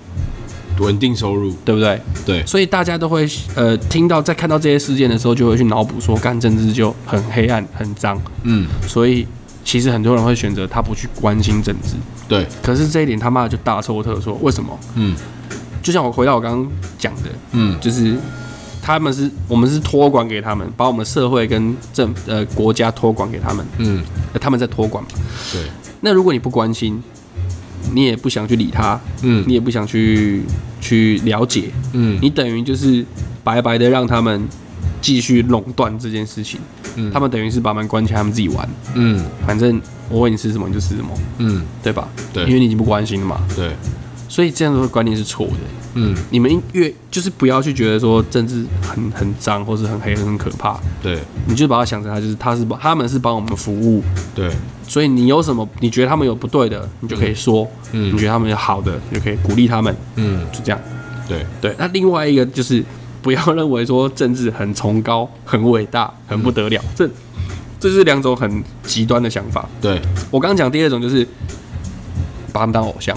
B: 稳定收入，
A: 对不对？
B: 对，
A: 所以大家都会呃听到在看到这些事件的时候，就会去脑补说干政治就很黑暗很脏，
B: 嗯，
A: 所以其实很多人会选择他不去关心政治，
B: 对，
A: 可是这一点他妈的就大错特错，为什么？
B: 嗯
A: 就像我回到我刚刚讲的，
B: 嗯，
A: 就是他们是我们是托管给他们，把我们社会跟政呃国家托管给他们，
B: 嗯，
A: 呃他们在托管嘛。
B: 对，
A: 那如果你不关心，你也不想去理他，
B: 嗯
A: 你也不想去去了解，
B: 嗯，
A: 你等于就是白白的让他们继续垄断这件事情。
B: 嗯
A: 他们等于是把门关起来，他们自己玩，
B: 嗯
A: 反正我喂你吃什么你就吃什么，
B: 嗯，
A: 对吧？
B: 对
A: 因为你已经不关心了嘛，
B: 对，
A: 所以这样的观念是错的。
B: 嗯
A: 你们应越就是不要去觉得说政治很很脏，或是很黑很可怕，
B: 对
A: 你就把它想成它就是它是帮他们是帮我们服务，
B: 对，
A: 所以你有什么你觉得他们有不对的，你就可以说；
B: 嗯
A: 你觉得他们有好的，你就可以鼓励他们，
B: 嗯
A: 就这样。
B: 对，
A: 对，那另外一个就是不要认为说政治很崇高、很伟大、很不得了，
B: 嗯
A: 这这是两种很极端的想法。
B: 对，
A: 我刚刚讲第二种就是把他们当偶像，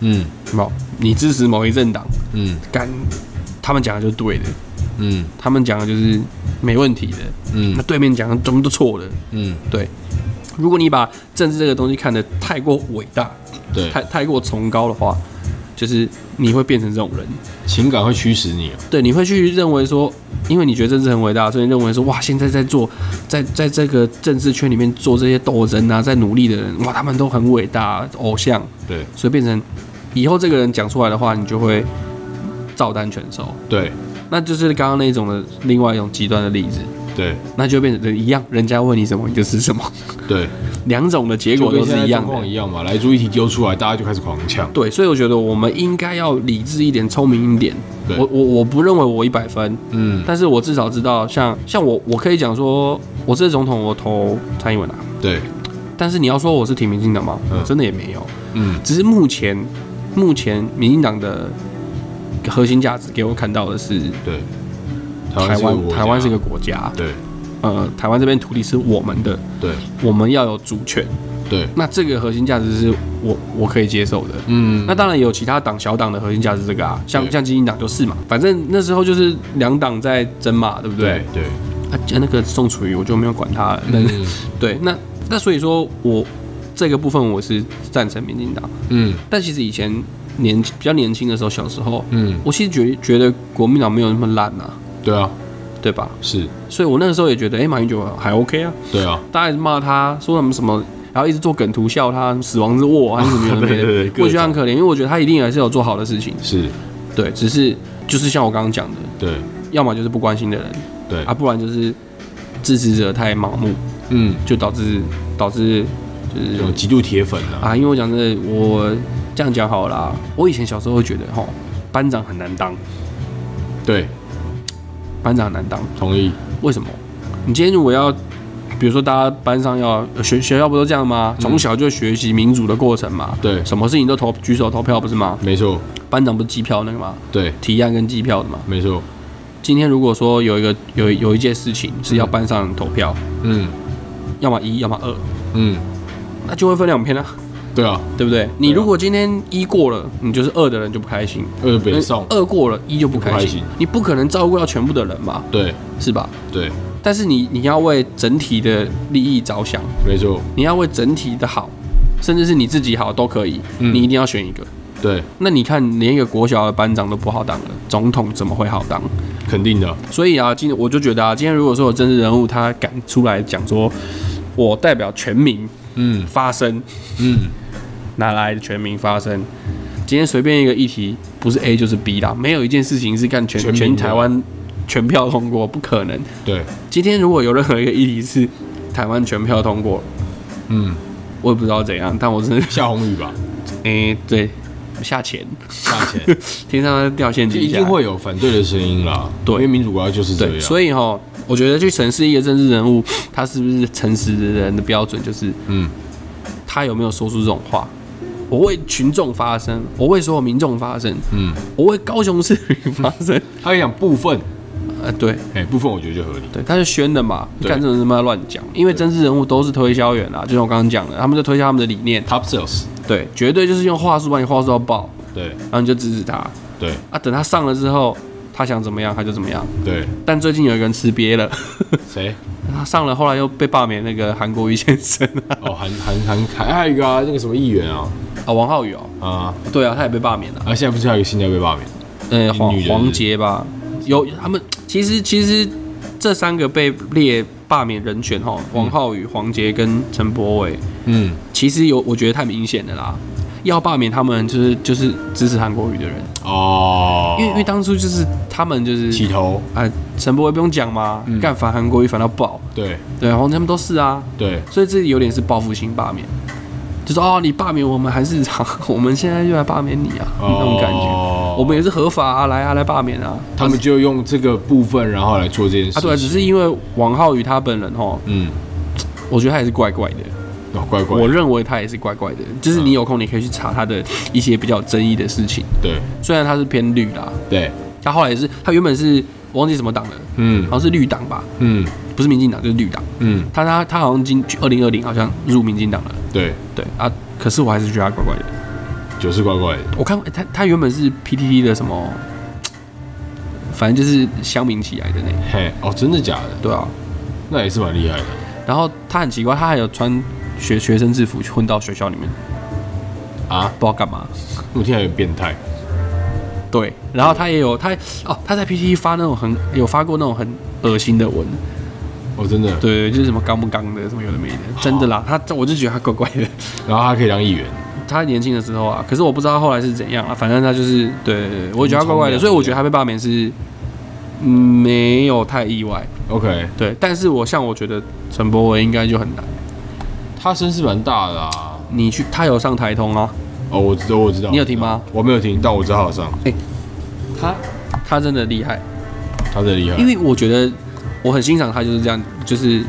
B: 嗯
A: 有没有？你支持某一政党，
B: 嗯
A: 干他们讲的就是对的，
B: 嗯
A: 他们讲的就是没问题的，那
B: 嗯
A: 对面讲的怎么都错的。
B: 嗯，
A: 对，如果你把政治这个东西看得太过伟大、
B: 对，
A: 太太过崇高的话，就是你会变成这种人。
B: 情感会驱使你啊，
A: 对，你会去认为说，因为你觉得政治很伟大，所以认为说，哇，现在在做，在在这个政治圈里面做这些斗争啊，在努力的人，哇，他们都很伟大，偶像，
B: 对
A: 所以变成以后这个人讲出来的话，你就会照单全收。
B: 对
A: 那就是刚刚那种的另外一种极端的例子，
B: 对
A: 那就变成一样，人家问你什么你就是什么，
B: 对，
A: 两种的结
B: 就
A: 果
B: 跟
A: 都
B: 现
A: 是
B: 在
A: 一样
B: 状况
A: 的。
B: 一样嘛，来猪一题丢出来，大家就开始狂抢，
A: 对，所以我觉得我们应该要理智一点，聪明一点。
B: 对
A: 我我我不认为我一百分，
B: 嗯，
A: 但是我至少知道像，像我，我可以讲说，我这总统我投蔡英文啊。
B: 对，
A: 但是你要说我是挺民进党吗？
B: 嗯
A: 我真的也没有，
B: 嗯
A: 只是目前目前民进党的核心价值给我看到的是
B: 对，
A: 台湾，台湾是一
B: 个
A: 个
B: 国
A: 国家
B: 家，对
A: 呃，台湾这边土地是我们的，
B: 对
A: 我们要有主权。
B: 对，
A: 那这个核心价值是我我可以接受的。
B: 嗯，
A: 那当然也有其他党小党的核心价值这个啊，像
B: 对
A: 像基进党就是嘛，反正那时候就是两党在争嘛，对不对
B: 对？对，
A: 啊，那个宋楚瑜我就没有管他了。但是、
B: 嗯
A: <laughs> 对，那那所以说我这个部分我是赞成民进党，
B: 嗯
A: 但其实以前年比较年轻的时候，小时候，
B: 嗯，
A: 我其实觉觉得国民党没有那么烂啊，
B: 对啊，
A: 对吧？
B: 是，
A: 所以我那个时候也觉得，哎、马英九还 OK 啊，
B: 对啊，
A: 大家一直骂他说什么什么。然后一直做梗图笑他死亡之握啊，还是什么有的没
B: <laughs> 对对对
A: 的，
B: 各种
A: 我觉得很可怜，因为我觉得他一定还是有做好的事情，
B: 是，
A: 对，只是就是像我刚刚讲的，
B: 对
A: 要么就是不关心的人
B: 对
A: 啊，，不然就是支持者太盲目，
B: 嗯，
A: 就导致导致
B: 这种极度铁粉啊，
A: 啊，因为我讲真的，我这样讲好了啦。我以前小时候会觉得，吼，班长很难当，
B: 对，
A: 班长很难当。
B: 同意，
A: 为什么？你今天如果要，比如说大家班上要呃学学校不都这样吗？从小就学习民主的过程嘛。
B: 嗯对
A: 什么事情都投举手投票不是吗？
B: 没错，
A: 班长不是机票那个嘛，
B: 对，
A: 提案跟机票的嘛。
B: 没错，
A: 今天如果说有一个有有一件事情是要班上投票，
B: 嗯
A: 要么一，要么二，
B: 嗯，
A: 那就会分两篇啊，
B: 对啊，
A: 对不对？你如果今天一过了，你就是二的人就不开心；
B: 二北上，
A: 二嗯过了，一就不开
B: 不开
A: 心
B: 心。
A: 你不可能照顾到全部的人嘛，
B: 对
A: 是吧？
B: 对，
A: 但是你你要为整体的利益着想，
B: 没错，
A: 你要为整体的好，甚至是你自己好都可以，
B: 嗯
A: 你一定要选一个。
B: 对，
A: 那你看，连一个国小的班长都不好当了，总统怎么会好当？
B: 肯定的，
A: 所以啊，今我就觉得啊，今天如果说有政治人物他敢出来讲说，我代表全民
B: 嗯
A: 发声，
B: 嗯，
A: 哪来的全民发声？今天随便一个议题，不是 A 就是 B 啦，没有一件事情是干全
B: 全
A: 全
B: 民的
A: 台湾全票通过，不可能。
B: 对，
A: 今天如果有任何一个议题是台湾全票通过，
B: 嗯，
A: 我也不知道怎样，但我真的，
B: 夏宏宇吧，
A: <laughs> 诶、对，下潜， <laughs>
B: 夏钱，
A: 天上掉陷阱
B: 一
A: 下
B: 定会有啊反对的声音啦，
A: 对
B: 因为民主国家就是这
A: 对，
B: 样，
A: 所以哈，我觉得去审视一个政治人物，他是不是诚实的人的标准，就是
B: 嗯，
A: 他有没有说出这种话。我为群众发声，我为所有民众发声，
B: 嗯，
A: 我为高雄市民发声。 <laughs>
B: 他讲部分，
A: 呃，对
B: 哎，部分我觉得就合理，
A: 对，他是宣的嘛，
B: 对
A: 干这种他妈乱讲，因为政治人物都是推销员啊，就像我刚刚讲的，他们在推销他们的理念，
B: Top sales，
A: 对，绝对就是用话术把你话术到爆，
B: 对
A: 然后你就支持他啊。
B: 对
A: 等他上了之后，他想怎么样他就怎么样。
B: 对，
A: 但最近有一个人吃瘪了， <laughs>
B: 谁？
A: 他上了后来又被罢免，那个韩国瑜先生啊，
B: 哦，韩韩韩韩，还有一个啊，那个什么议员啊，
A: 啊王浩宇哦，
B: 啊，
A: 对啊，他也被罢免了，
B: 啊，现在不是还有一个新加被罢免？
A: 呃黄
B: 女人
A: 黄杰吧，有他们其实其实这三个被列罢免人选哈，王浩宇、黄杰跟陈柏伟，
B: 嗯，
A: 其实有我觉得太明显的啦。要罢免他们，就是就是支持韩国瑜的人，
B: 哦，
A: 因为因为当初就是他们就是
B: 起头，
A: 啊，陈柏威不用讲嘛，干反韩国瑜反到爆，
B: 对
A: 对，然后他们都是啊，
B: 对
A: 所以这有点是报复性罢免，就说哦，你罢免我们韩市长， <laughs> 我们现在就来罢免你啊，那种感觉。
B: 哦
A: 我们也是合法啊，来啊，来罢免啊。
B: 他们就用这个部分，然后来做这件事
A: 啊，对啊，只是因为王浩宇他本人哦，
B: 嗯，
A: 我觉得他也是怪怪的，
B: 哦，怪怪的，
A: 我认为他也是怪怪的。就是你有空你可以去查他的一些比较有争议的事情，
B: 对
A: 虽然他是偏绿啦，
B: 对，
A: 他后来也是他原本是我忘记什么党了，
B: 嗯
A: 好像是绿党吧，
B: 嗯
A: 不是民进党就是绿党。
B: 嗯，
A: 他他他好像今二零二零好像入民进党了，
B: 对，
A: 对啊，可是我还是觉得他怪怪的。
B: 就是怪怪的，
A: 我看、欸他他原本是 PTT 的什么，反正就是乡民起来的呢，
B: 嘿，哦，真的假的？
A: 对啊。
B: 那也是蛮厉害的，
A: 然后他很奇怪，他还有穿学学生制服混到学校里面，
B: 啊，
A: 不知道干嘛。
B: 我听起来有点变态，
A: 对，然后他也有他哦，他在 PTT 发那种很有发过那种很恶心的文，
B: 哦，真的，
A: 对对，就是什么刚不刚的，什么有的没的，真的啦。他我就觉得他怪怪的。 <laughs>
B: 然后他可以当议员，
A: 他年轻的时候啊，可是我不知道他后来是怎样啊，反正他就是对对对，我觉得他怪怪的，所以我觉得他被罢免是嗯没有太意外。
B: ，OK，
A: 对，但是我像我觉得陈柏惟应该就很难。
B: 他声势蛮大的啊，
A: 你去，他有上台通啊，
B: 哦，我知道，我知道，
A: 你有听吗
B: 我知道？我没有听，但我知道他有上，
A: 他他真的厉害，
B: 他真的厉害
A: 因，为我觉得我很欣赏他就是这样，就是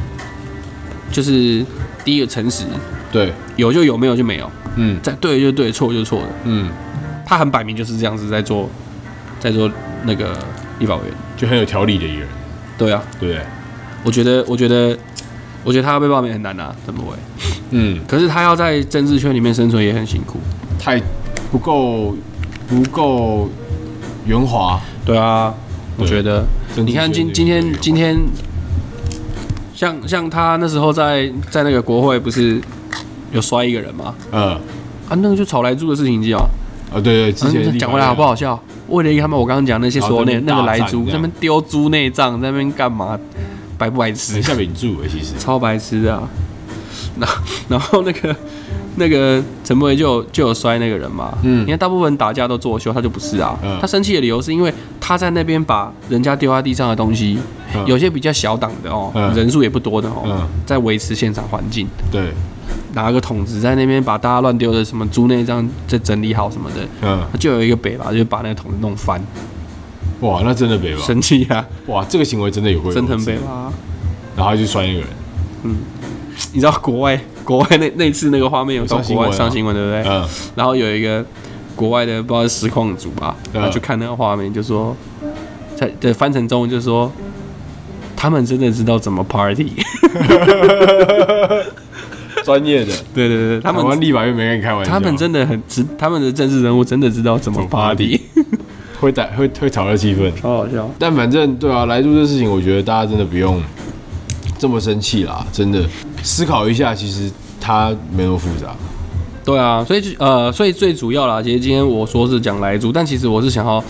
A: 就是第一个诚实，
B: 对，
A: 有就有，没有就没有，
B: 嗯
A: 在对就对，错就错的，
B: 嗯，
A: 他很摆明就是这样子在做，在做那个立法委员。
B: 就很有条理的一个人，
A: 对啊，
B: 对不对？
A: 我觉得我觉得我觉得他要被罢免很难啊，怎么会？
B: 嗯，
A: 可是他要在政治圈里面生存也很辛苦。
B: 太不够不够圆滑，
A: 对啊，我
B: 对
A: 觉得
B: 政治
A: 你看
B: 圈
A: 今今
B: 里面
A: 天
B: 有
A: 今天，像像他那时候在在那个国会不是有摔一个人吗？
B: 呃
A: 啊，那个就炒来住的事情，你知道？
B: 啊，对对，之前
A: 嗯
B: 的
A: 讲回来好不好笑？为了一个他们我刚刚讲那些
B: 然
A: 所
B: 后
A: 有
B: 在
A: 那
B: 那边
A: 那个
B: 大
A: 来
B: 战
A: 猪，
B: 这
A: 在那
B: 样
A: 边丢猪内脏，在那边干嘛？白不白痴啊
B: 很？像名著诶，其实
A: 超白痴的、啊。 <laughs> 然后然后那个那个陈柏霖就有就有摔那个人嘛，
B: 嗯
A: 你看大部分人打架都作秀，他就不是啊。
B: 嗯
A: 他生气的理由是因为他在那边把人家丢在地上的东西，
B: 嗯
A: 有些比较小档的哦，
B: 嗯
A: 人数也不多的哦，
B: 嗯
A: 在维持现场环境，
B: 对，
A: 拿个桶子在那边把大家乱丢的什么猪内脏再整理好什么的。
B: 嗯，
A: 就有一个北吧，就把那个桶子弄翻，
B: 哇，那真的北吧？
A: 生气啊，
B: 哇，这个行为真的有会
A: 真很北，吧。 <laughs>
B: 然后他就摔那个人，
A: 你知道国外国外那那次那个画面有到
B: 有上
A: 国外
B: 新闻
A: <laughs>
B: 啊
A: 上新闻对不对？
B: 嗯
A: 然后有一个国外的不知道是实况组吧，
B: 嗯
A: 然后就看那个画面，就说在对翻成中文就说他们真的知道怎么 party，
B: 专业的，
A: 对对对， <laughs> 他
B: 台湾
A: 们
B: 立法院没跟你开玩笑，
A: 他们真的很知，他们的政治人物真的知道怎么
B: 么
A: party，
B: 会打会会炒热气氛。
A: 好好笑。
B: 但反正对啊，来住这事情，我觉得大家真的不用这么生气啦，真的思考一下，其实它没那么复杂。
A: 对啊，所以就呃，所以最主要啦，其实今天我说是讲莱猪，但其实我是想要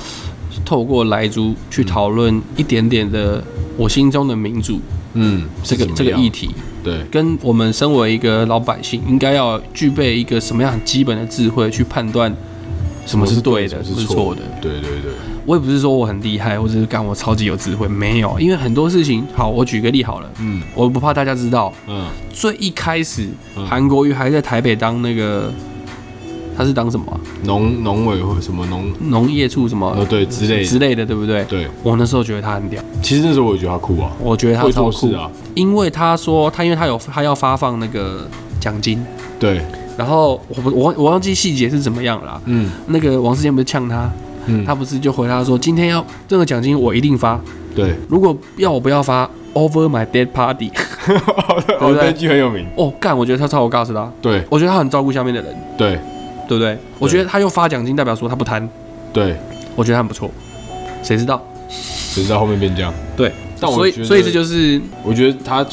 A: 透过莱猪去讨论一点点的我心中的民主
B: 嗯，
A: 这个
B: 是
A: 这
B: 怎么
A: 个
B: 样
A: 议，题，
B: 对，
A: 跟我们身为一个老百姓应该要具备一个什么样很基本的智慧去判断什么是对的，
B: 什
A: 什
B: 么
A: 么
B: 是
A: 是错的。
B: 对对对，
A: 我也不是说我很厉害，或者是干我超级有智慧，没有，因为很多事情，好，我举个例好了，
B: 嗯
A: 我不怕大家知道，
B: 嗯，
A: 最一开始
B: 嗯
A: 韩国瑜还在台北当那个，他是当什么啊、
B: 农农委或什么农，
A: 农业处什
B: 呃，
A: 么
B: 对之类
A: 之
B: 的，
A: 类的，对不对？
B: 对，
A: 我那时候觉得他很屌，
B: 其实那时候我也觉得他酷啊，
A: 我觉得他
B: 会
A: 超
B: 做
A: 酷
B: 事，啊，
A: 因为他说他因为他有他要发放那个奖金，
B: 对，
A: 然后我不我我忘记细节是怎么样了啦。
B: 嗯
A: 那个王世坚不是呛他，
B: 嗯，
A: 他不是就回他说今天要这个奖金我一定发， <laughs>
B: 对，
A: 如果要我不要发，over my dead party。 <laughs>
B: 哦，那句很有名，
A: 哦，干，我觉得他超有 gas 的啊、
B: 对
A: 我觉得他很照顾下面的人，
B: 对
A: 对不对？我觉得他又发奖金，代表说他不贪，
B: 对，
A: 我觉得他很不错。谁知道？
B: 谁知道后面变这样？
A: 对，
B: 但我
A: 所以
B: 觉得
A: 所以这就是
B: 我觉得他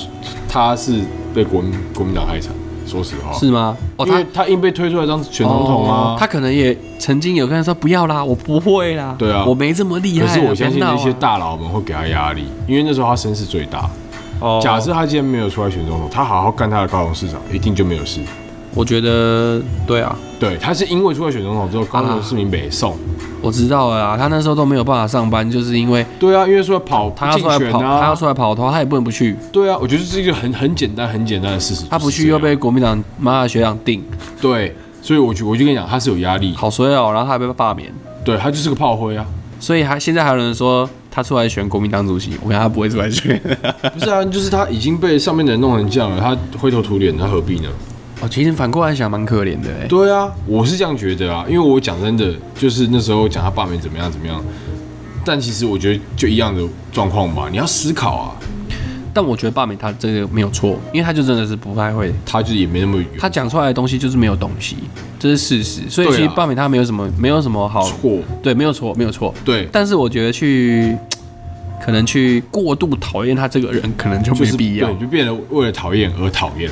B: 他是被国民国民党害惨，说实话，
A: 是吗？哦，
B: 因
A: 他
B: 为他硬被推出来当选总统啊。
A: 哦他可能也曾经有跟他说不要啦，我不会啦，
B: 对啊
A: 我没这么厉害
B: 可
A: 啊。
B: 是我相信
A: 别闹啊
B: 那些大佬们会给他压力，因为那时候他声势最大。
A: 哦
B: 假设他今天没有出来选总统，他好好干他的高雄市长，一定就没有事。
A: 我觉得对啊，
B: 对，他是因为出来选总统之后，高雄市民北送。
A: 我知道了啊啦，他那时候都没有办法上班，就是因为
B: 对啊，因为说跑
A: 他要
B: 竞
A: 出来
B: 选
A: 跑，他要
B: 啊，
A: 出来跑的话，他也不能不去，
B: 对啊，我觉得这是一个很很简单很简单的事实。
A: 他不
B: 就是
A: 去
B: 这
A: 又
B: 样
A: 被国民党妈的学长定，
B: 对，所以我就我就跟你讲，他是有压力，
A: 好衰哦，然后他还被罢免，
B: 对他就是个炮灰啊，
A: 所以还现在还有人说他出来选国民党主席，我看他不会出来选。
B: 不是啊，就是他已经被上面的人弄成这样了，他灰头土脸，他何必呢？
A: <laughs> 哦，其实反过来想蛮可怜的哎，
B: 对啊，我是这样觉得啊，因为我讲真的，就是那时候讲他罢免怎么样怎么样，但其实我觉得就一样的状况吧。你要思考啊，
A: 但我觉得罢免他这个没有错，因为他就真的是不太会
B: 他就也没那么有
A: 他讲出来的东西就是没有东西，这是事实。所以其
B: 对
A: 实
B: 啊
A: 罢免他没有什么，没有什么好，
B: 错，
A: 对，没有错，没有错。
B: 对，
A: 但是我觉得去，可能去过度讨厌他这个人，可能就
B: 就
A: 没
B: 是
A: 必要
B: 对，。就变得为了讨厌而讨厌，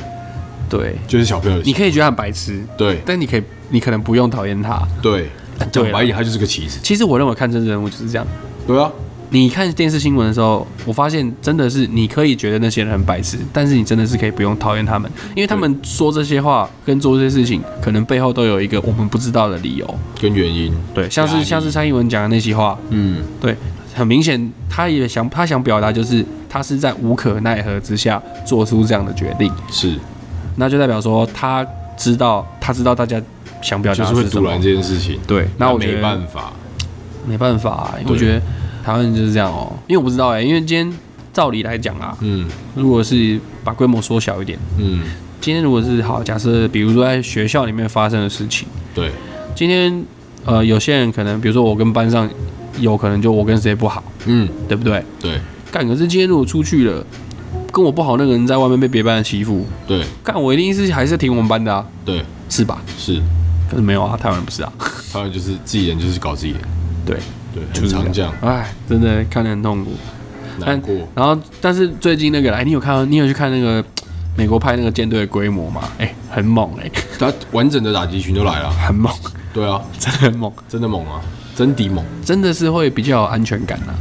A: 对，
B: 就是小朋友的
A: 你
B: 心，
A: 可以觉得他很白痴，
B: 对
A: 但你可以，你可能不用讨厌他。
B: 对，
A: 对啊
B: 讲白一点，他就是个棋子，
A: 其实我认为看真人物就是这样。
B: 对啊，
A: 你看电视新闻的时候，我发现真的是你可以觉得那些人很白痴，但是你真的是可以不用讨厌他们，因为他们说这些话跟做这些事情，可能背后都有一个我们不知道的理由。
B: 跟原因，
A: 对，像
B: 压
A: 是
B: 力
A: 像是蔡英文讲的那席话，
B: 嗯，
A: 对，很明显，他也想他想表达就是他是在无可奈何之下做出这样的决定，
B: 是，
A: 那就代表说他知道他知道大家想表
B: 就
A: 达
B: 是
A: 的
B: 会
A: 是什
B: 阻
A: 么
B: 拦，这件事情，
A: 对，那我觉
B: 没
A: 得
B: 办法，
A: 没办法、啊，因为我
B: 对
A: 觉得台湾人就是这样哦、因为我不知道哎、因为今天照理来讲啊，
B: 嗯
A: 如果是把规模缩小一点，
B: 嗯，
A: 今天如果是好假设，比如说在学校里面发生的事情，
B: 对，
A: 今天呃有些人可能比如说我跟班上有可能就我跟谁不好，
B: 嗯
A: 对不对？
B: 对
A: 干，可是今天如果出去了，跟我不好那个人在外面被别班的欺负，
B: 对
A: 干我一定是还是挺我们班的啊，
B: 对，
A: 是吧？
B: 是，
A: 可是没有啊，台湾人不是啊，
B: 他们就是自己人就是搞自己人，
A: 对，
B: 对，
A: 就
B: 很
A: 是
B: 常这
A: 这样
B: 样，。
A: 哎，真的看得很痛苦。
B: 难过。
A: 然后，但是最近那个，哎，你有看到，你有去看那个美国派那个舰队的规模吗？哎，很猛哎、 <laughs>
B: 他完整的打击群都来了，
A: 很猛，
B: 对啊，
A: 真的很猛，
B: 真的猛啊，真敌猛。
A: 真的是会比较有安全感啊。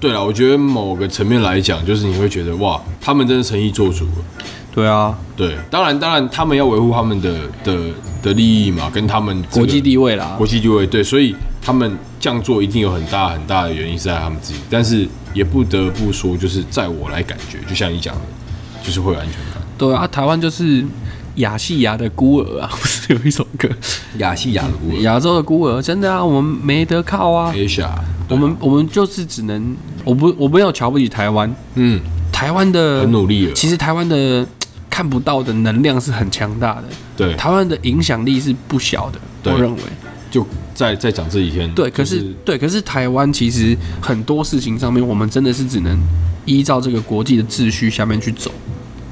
B: 对了，我觉得某个层面来讲，就是你会觉得哇，他们真的诚意做足了。
A: 对啊，
B: 对，当然当然，他们要维护他们的的的利益嘛，跟他们、
A: 国际地位啦
B: 国，际地位，对，所以他们这样做一定有很大很大的原因是在他们自己，但是也不得不说，就是在我来感觉，就像你讲的，就是会有安全感。
A: 对啊，台湾就是亚细亚的孤儿啊，不 <laughs> 是有一首歌，
B: 亚细亚的孤儿
A: 亚洲的孤儿，真的啊，我们没得靠啊，
B: ，Asia，
A: 我们我们就是只能，我不我没有瞧不起台湾，
B: 嗯，
A: 台湾的
B: 很努力了，
A: 其实台湾的看不到的能量是很强大的，
B: 对
A: 台湾的影响力是不小的，
B: 对
A: 我认为。
B: 就再再讲这几天。
A: 对，可
B: 就是
A: 对，可是台湾其实很多事情上面，我们真的是只能依照这个国际的秩序下面去走，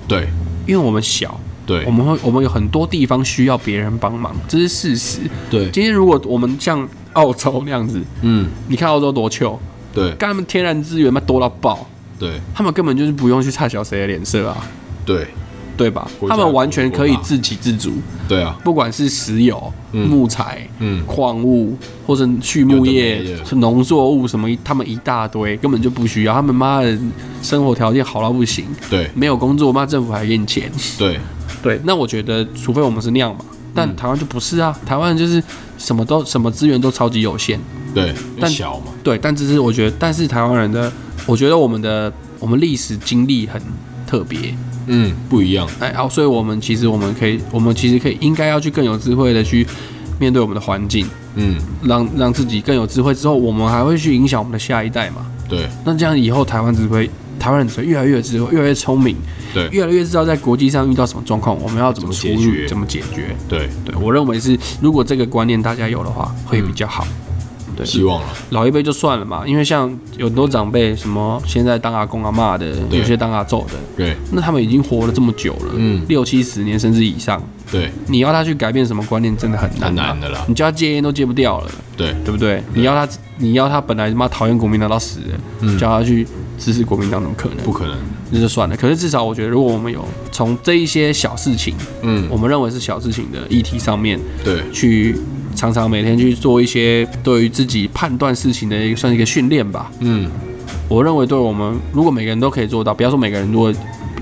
B: 对
A: 因为我们小，我
B: 对
A: 们会我们有很多地方需要别人帮忙，这是事实。
B: 对，
A: 今天如果我们像澳洲那样子，
B: 嗯，
A: 你看澳洲多穷，
B: 对
A: 干他们天然资源嘛多到爆，
B: 对
A: 他们根本就是不用去差小谁的脸色啊，
B: 对
A: 对吧？
B: 国家
A: 他们完全可以
B: 国大
A: 自给自足，
B: 对啊，
A: 不管是石油、
B: 嗯
A: 木材、
B: 嗯
A: 矿物或者畜牧
B: 有的
A: 业
B: 没、
A: 农作物什么一，他们一大堆，根本就不需要。他们妈的生活条件好到不行，
B: 对
A: 没有工作，妈政府还给你钱。
B: 对嗯
A: 对， <laughs> 那我觉得，除非我们是那样嘛，但台湾就不是啊，台湾就是什么都什么资源都超级有限。
B: 对，
A: 但
B: 小嘛，
A: 对，但只是我觉得，但是台湾人的，我觉得我们的我们历史经历很特别，
B: 嗯，不一样，
A: 哎，好，所以我们其实我们可以，我们其实可以应该要去更有智慧的去面对我们的环境，
B: 嗯，
A: 让让自己更有智慧之后，我们还会去影响我们的下一代嘛。
B: 对
A: 那这样以后台湾只会台湾人只会越来越智慧，越来越聪明，
B: 对
A: 越来越知道在国际上遇到什么状况，我们要怎么
B: 怎
A: 出
B: 么解
A: 入，
B: 决
A: 怎么解决。
B: 对，
A: 对我认为是，如果这个观念大家有的话，会比较好。对，
B: 嗯希望了，
A: 老一辈就算了嘛，因为像有很多长辈，什么现在当阿公阿嬷的，
B: 对
A: 有些当阿祖的，
B: 对
A: 那他们已经活了这么久了，
B: 嗯
A: 六七十年甚至以上，
B: 对
A: 你要他去改变什么观念，真的很难、啊
B: 很难的啦
A: 你叫他戒烟都戒不掉了，
B: 对
A: 对不对？你要他，你要他本来他妈讨厌国民党到死的，叫他去支持国民党，怎么可能？
B: 不可能，
A: 那就算了。可是至少我觉得，如果我们有从这一些小事情，
B: 嗯
A: 我，们认为是小事情的议题上面，
B: 对
A: 去常常每天去做一些对于自己判断事情的一个算是一个训练吧。
B: 嗯
A: 我认为，对我们如果每个人都可以做到，不要说每个人，如果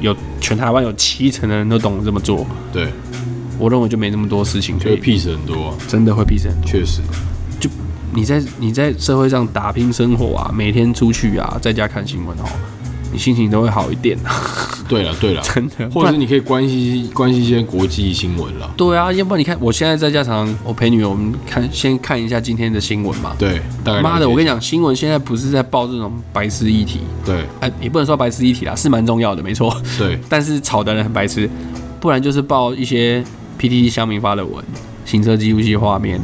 A: 有全台湾有七成的人都懂得这么做，
B: 对，
A: 我认为就没那么多事情可
B: 就会
A: 以
B: peace 很多啊，
A: 真的会逼人。
B: 确实，
A: 就你在你在社会上打拼生活啊，每天出去啊，在家看新闻哦，你心情都会好一点、啊，
B: 对了对了，
A: 真的。
B: 或者是
A: 不然
B: 你可以关心关心一些国际新闻啦，
A: <laughs> 对啊，要不然你看，我现在在家常 <laughs> 常我陪女友，我们看先看一下今天的新闻嘛。
B: 对，大概
A: 妈的，
B: 了解
A: 我跟你讲，新闻现在不是在报这种白痴议题，
B: 对
A: 哎、也不能说白痴议题啦，是蛮重要的，没错。 <laughs>
B: 对
A: 但是吵的人很白痴，不然就是报一些 PTT 乡民发的文，行车记录器画面，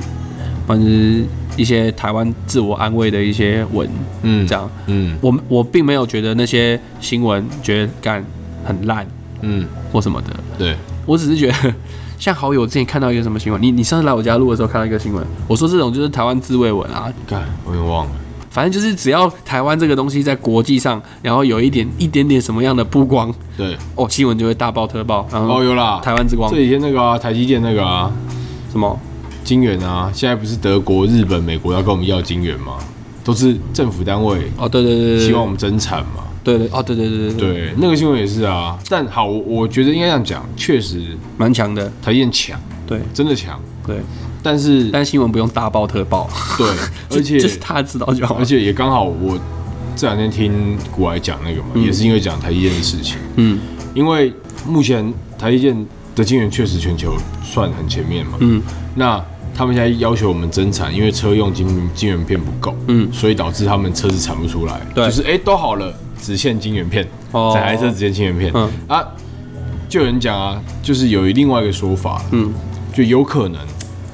A: 或者是一些台湾自我安慰的一些文，
B: 嗯
A: 这样。
B: 嗯
A: 我我并没有觉得那些新闻觉得干很烂
B: 嗯
A: 或什么的，
B: 对
A: 我只是觉得 <laughs> 像好友之前看到一个什么新闻，你你上次来我家录的时候看到一个新闻，我说这种就是台湾自卫文啊，
B: 干我有点忘了，
A: 反正就是只要台湾这个东西在国际上，然后有一点一点点什么样的曝光，
B: 对
A: 哦，新闻就会大爆特爆，然后
B: 哦有啦，
A: 嗯台湾之光
B: 这几天那个啊台积电那个啊
A: 什么
B: 晶圆啊，现在不是德国、日本、美国要跟我们要晶圆吗？都是政府单位
A: 哦，对对对对对，
B: 希望我们增产嘛。
A: 对对哦，对对对对，
B: 对，那个新闻也是啊。但好，我我觉得应该这样讲，确实
A: 蛮强的，
B: 台积电强，
A: 对
B: 真的强。
A: 对，
B: 但是
A: 但新闻不用大爆特爆，
B: 对，而且
A: <laughs> 就是他知道就好，
B: 而且也刚好我这两天听古来讲那个嘛，也是因为讲台积电的事情。
A: 嗯
B: 因为目前台积电的晶圆确实全球算很前面嘛，
A: 嗯
B: 那他们现在要求我们增产，因为车用晶晶圆片不够，
A: 嗯
B: 所以导致他们车子产不出来。
A: 对
B: 就是哎、都好了，只限晶圆片，
A: 哦
B: 整台车只限晶圆片。
A: 嗯
B: 啊，就有人讲啊，就是有另外一个说法，
A: 嗯
B: 就有可能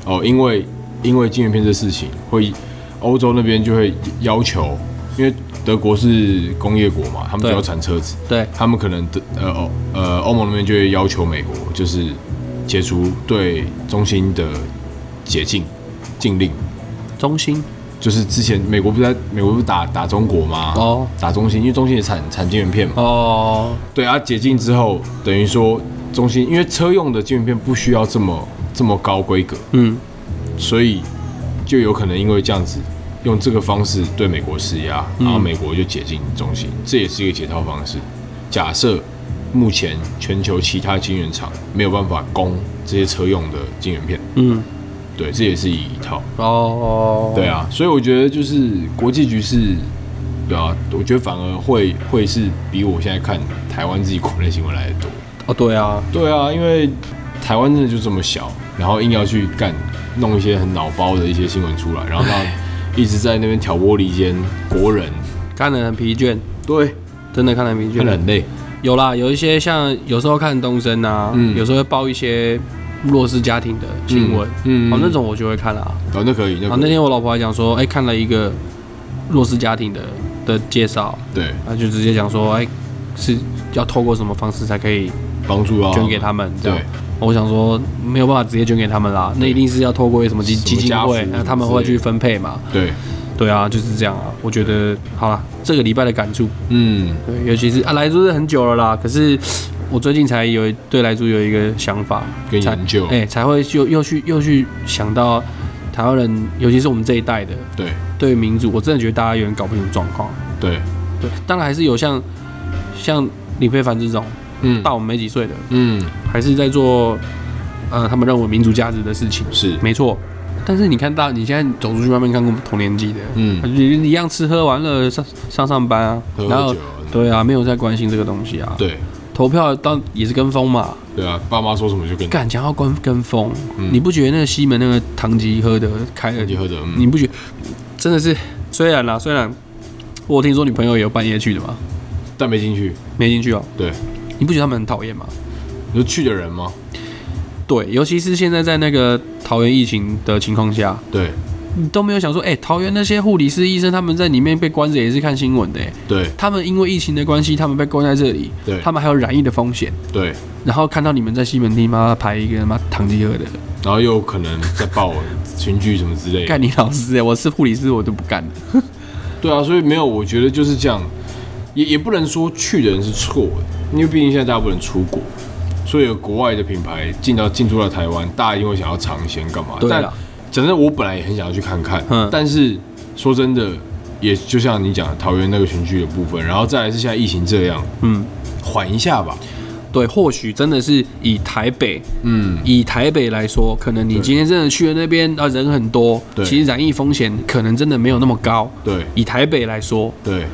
B: 哦，因为因为晶圆片这事情，会欧洲那边就会要求，因为德国是工业国嘛，他们
A: 对
B: 就要产车子，
A: 对
B: 他们可能的呃欧呃欧盟那边就会要求美国就是解除对中兴的解禁禁令，
A: 中心
B: 就是之前美国不是在美国不是打打中国吗？
A: 哦
B: 打中兴，因为中兴也产产晶圆片嘛。
A: 哦，
B: 对啊，解禁之后，等于说中兴因为车用的晶圆片不需要这么这么高规格，
A: 嗯
B: 所以就有可能因为这样子，用这个方式对美国施压，然后美国就解禁中心，这也是一个解套方式。假设目前全球其他晶圆厂没有办法供这些车用的晶圆片，
A: 嗯
B: 对，这也是一套。
A: 哦，
B: 对啊，所以我觉得就是国际局势，对啊，我觉得反而会会是比我现在看台湾自己国内新闻来的多。
A: 哦对啊，
B: 对啊，因为台湾真的就这么小，然后硬要去干弄一些很脑包的一些新闻出来，然后让一直在那边挑拨离间国人，
A: 看得很疲倦，
B: 对，
A: 真的看得很疲倦，
B: 真的很累。
A: 有啦，有一些像有时候看东升啊，
B: 嗯
A: 有时候会报一些弱势家庭的新闻，
B: 嗯嗯
A: 哦那种我就会看了啊。
B: 哦，那可以，那
A: 啊，
B: 可
A: 那
B: 以
A: 天我老婆还讲说，哎、看了一个弱势家庭的的介绍，
B: 对，
A: 啊，就直接讲说，哎、是要透过什么方式才可以
B: 帮助啊，
A: 捐给他们？这样
B: 对，
A: 我想说没有办法直接捐给他们啦，那一定是要透过什么基
B: 什么
A: 基金
B: 家福
A: 会，那他们会去分配嘛？
B: 对，
A: 对啊，就是这样啊。我觉得好啦，这个礼拜的感触，
B: 嗯，
A: 对，尤其是啊，来租是很久了啦，可是我最近才有对来租有一个想法，
B: 跟
A: 才
B: 研究
A: 哎、才会又又去又去想到台湾人，尤其是我们这一代的，
B: 对
A: 对于民主，我真的觉得大家有点搞不清楚状况。
B: 对，
A: 对，当然还是有像像李非凡这种
B: 嗯
A: 大我们没几岁的，
B: 嗯
A: 还是在做呃他们认为民族价值的事情，
B: 是，
A: 没错。但是你看到你现在走出去外面看过同年纪的，
B: 嗯，
A: 你一样吃喝玩乐上上上班啊，
B: 喝
A: 然
B: 喝
A: 后
B: 酒啊，
A: 对啊，没有在关心这个东西啊。
B: 对
A: 投票当也是跟风嘛，
B: 对啊，爸妈说什么就跟，
A: 干讲到跟跟风，
B: 嗯
A: 你不觉得那个西门那个唐吉诃德开了
B: 你喝的，
A: 你
B: 嗯，
A: 不觉真的是？虽然啦，虽然我有听说你朋友也有半夜去的嘛，
B: 但没进去，
A: 没进去哦。
B: 对，
A: 你不觉得他们很讨厌吗？
B: 你说去的人吗？
A: 对，尤其是现在在那个桃园疫情的情况下，
B: 对
A: 你都没有想说，哎、桃园那些护理师、医生他们在里面被关着也是看新闻的、哎
B: 对
A: 他们因为疫情的关系，他们被关在这里，
B: 对
A: 他们还有染疫的风险。
B: 对，
A: 然后看到你们在西门町妈排一个妈堂吉诃德，
B: 然后又有可能在报群聚什么之类的，
A: 干你老师哎、我是护理师，我都不干了。
B: 对啊，所以没有，我觉得就是这样，也也不能说去的人是错的，因为毕竟现在大家不能出国，所以有国外的品牌进到进驻到台湾，大家一定会想要尝鲜干嘛？
A: 对啦
B: 但讲真的，我本来也很想要去看看，
A: 嗯
B: 但是说真的，也就像你讲的桃园那个群聚的部分，然后再来是现在疫情这样，
A: 嗯，
B: 缓一下吧。
A: 对，或许真的是以台北
B: 嗯，
A: 以台北来说，可能你
B: 对
A: 今天真的去了那边啊，人很多，
B: 对
A: 其实染疫风险可能真的没有那么高。
B: 对
A: 以台北来说，
B: 对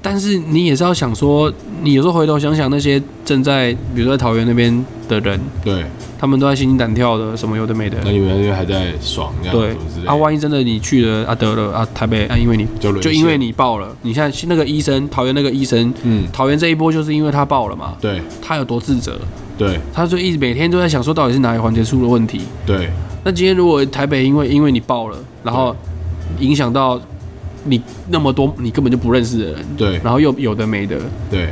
A: 但是你也是要想说，你有时候回头想想那些正在，比如说在桃园那边的人，
B: 对，
A: 他们都在心惊胆跳的，什么有的没的。
B: 那你们那边还在爽这样
A: 对
B: 什么之类
A: 啊，
B: 的，
A: 万一真的你去了啊得了啊台北啊，因为你
B: 就沦陷
A: 就因为你爆了，你看那个医生，桃园那个医生，
B: 嗯，
A: 桃园这一波就是因为他爆了嘛，
B: 对
A: 他有多自责，
B: 对
A: 他就一直每天都在想说到底是哪里环节出了问题，
B: 对
A: 那今天如果台北因为因为你爆了，然后影响到你那么多你根本就不认识的人，
B: 对
A: 然后又有的没的，
B: 对，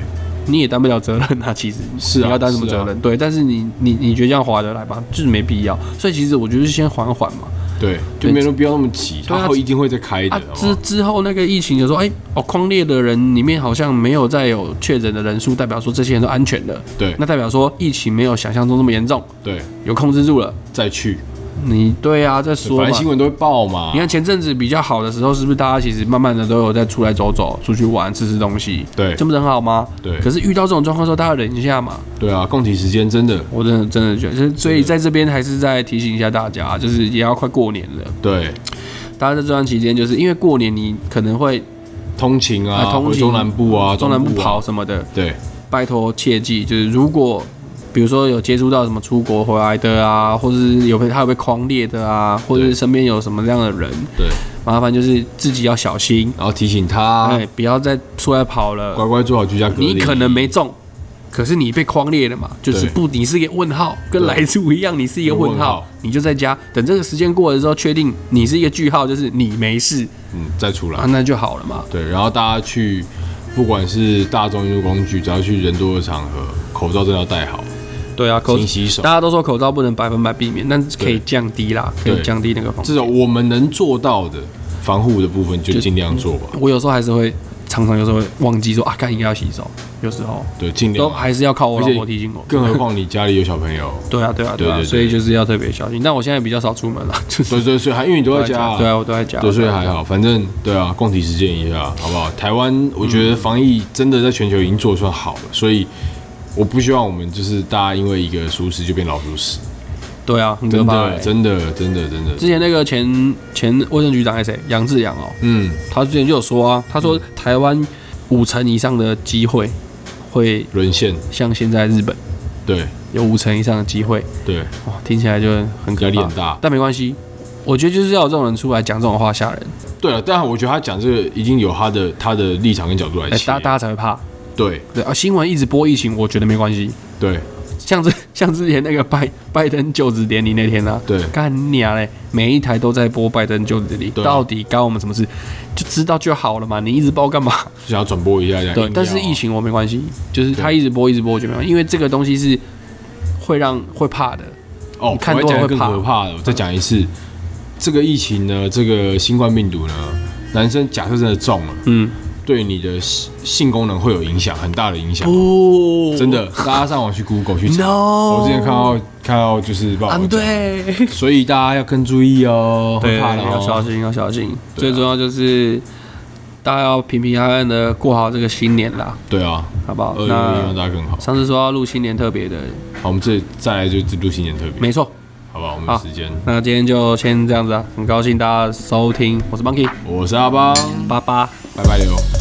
A: 你也担不了责任啊。其实
B: 是啊
A: 你要担什么
B: 是啊
A: 责任？对，但是你你你觉得这样划得来吧？就是没必要。所以其实我觉得先缓缓嘛。
B: 对，就没有必要那么急，
A: 对啊
B: 它后一定会再开的
A: 啊，，
B: 好不
A: 之之
B: 好
A: 后那个疫情就说，哎、哦，框列的人里面好像没有再有确诊的人数，代表说这些人都安全了。
B: 对
A: 那代表说疫情没有想象中这么严重，
B: 对，
A: 有控制住了。
B: 再去，
A: 你对啊，在说
B: 反
A: 嘛
B: 正。新闻都会报嘛。
A: 你看前阵子比较好的时候，是不是大家其实慢慢的都有在出来走走，出去玩，吃吃东西，
B: 对
A: 这不是很好吗？
B: 对
A: 可是遇到这种状况的时候，大家忍一下嘛。
B: 对啊，供体时间真的
A: 我真的真的觉得，就是所以在这边还是再提醒一下大家，就是也要快过年了，
B: 对，
A: 大家在这段期间，就是因为过年你可能会
B: 通勤啊，
A: 啊通勤
B: 回中南部啊，
A: 中南部
B: 东啊
A: 跑，什么的，
B: 对
A: 拜托切记，就是如果比如说有接触到什么出国回来的啊，或者是有被他有被框列的啊，或者是
B: 对
A: 身边有什么样的人，
B: 对，
A: 麻烦就是自己要小心，
B: 然后提醒他
A: 哎，不要再出来跑了。
B: 乖乖做好居家隔离。
A: 你可能没中，可是你被框列了嘛，就是
B: 对
A: 不，你是一个问号，跟
B: 对
A: 来处一样，你是一个问号，
B: 问号
A: 你就在家等这个时间过了之后，确定你是一个句号，就是你没事
B: 嗯再出
A: 啊，
B: 来，
A: 那就好了嘛。
B: 对，然后大家去，不管是大众运输工具，只要去人多的场合，口罩真的要戴好，
A: 对啊，口
B: 勤洗手
A: 大。家都说口罩不能百分百避免，但是可以
B: 对
A: 降低啦，可以
B: 对
A: 降低那个风险。
B: 至少我们能做到的防护的部分就尽量做吧，
A: 我有时候还是会，常常有时候会忘记说啊，干应该要洗手，有时候
B: 对，
A: 嗯
B: 尽
A: 都
B: 量。
A: 还是要靠我
B: 而
A: 老
B: 且
A: 婆提醒我。
B: 更何况你家里有小朋友，
A: 对啊，对啊，对
B: 对
A: 啊，
B: 对对
A: 所以就是要特别小心。但我现在比较少出门了， <laughs> 就是
B: 对对，所以还因为你都在家啊，
A: 对啊，我都在家，
B: 对，所以还好，反正对啊，共体实践一下，好不好？台湾我觉
A: 嗯
B: 得防疫真的在全球已经做得算好了，所以我不希望我们就是大家因为一个舒适就变老鼠屎，
A: 对啊，很可
B: 真
A: 怕欸
B: 的，真的，真的，真
A: 之
B: 的，
A: 前那个前前卫生局长还是谁，杨志阳哦，
B: 嗯，
A: 他之前就有说啊，他说台湾五成以上的机会会
B: 沦陷，
A: 像现在日本
B: 对
A: 有五成以上的机会，
B: 对，
A: 哇，听起来就很可
B: 压力
A: 怕
B: 很，大。
A: 但没关系，我觉得就是要有这种人出来讲这种话吓人，
B: 对了，但我觉得他讲这个一定有他的他的立场跟角度来
A: 哎，
B: 切
A: 大，大家才会怕。
B: 对
A: 对啊，新闻一直播疫情，我觉得没关系，
B: 对
A: 像之 <laughs> 像之前那个拜拜登就职典礼那天啊，
B: 对
A: 干你啊嘞，每一台都在播拜登就职典礼，
B: 对啊
A: 到底干我们什么事？就知道就好了嘛，你一直播干嘛？
B: 想要转播一下哦这样。
A: 对
B: 硬，要啊
A: 但是疫情我没关系，就是他
B: 对
A: 一直播一直播我觉得没关系，因为这个东西是会让会怕的，
B: 哦，
A: 你看
B: 我要
A: 多了
B: 讲一
A: 会
B: 个更
A: 怕
B: 可怕的，我再讲一次，这个疫情呢，这个新冠病毒呢，男生假设真的中了，
A: 嗯，
B: 对你的性性功能会有影响，很大的影响。
A: 不
B: 真的，大家上网去 Google 去查。
A: 哦，no，
B: 我之前看到看到就是报
A: 啊
B: 道，，
A: 对，
B: 所以大家要更注意哦，会
A: 对，
B: 怕的
A: 要小
B: 哦。
A: 心，要小心。
B: 对
A: 最
B: 啊
A: 重要就是大家要平平安安的过好这个新年啦，
B: 对啊，
A: 好不好
B: 二？月
A: 那
B: 让大家更好。
A: 上次说要录新年特别的，
B: 好，我们这再来就是录新年特别，
A: 没错。
B: 好不好？我们
A: 好
B: 有时间，
A: 那今天就先这样子啊，很高兴大家收听，我是 Monkey
B: 我是阿邦，
A: 八八。
B: 拜拜喽。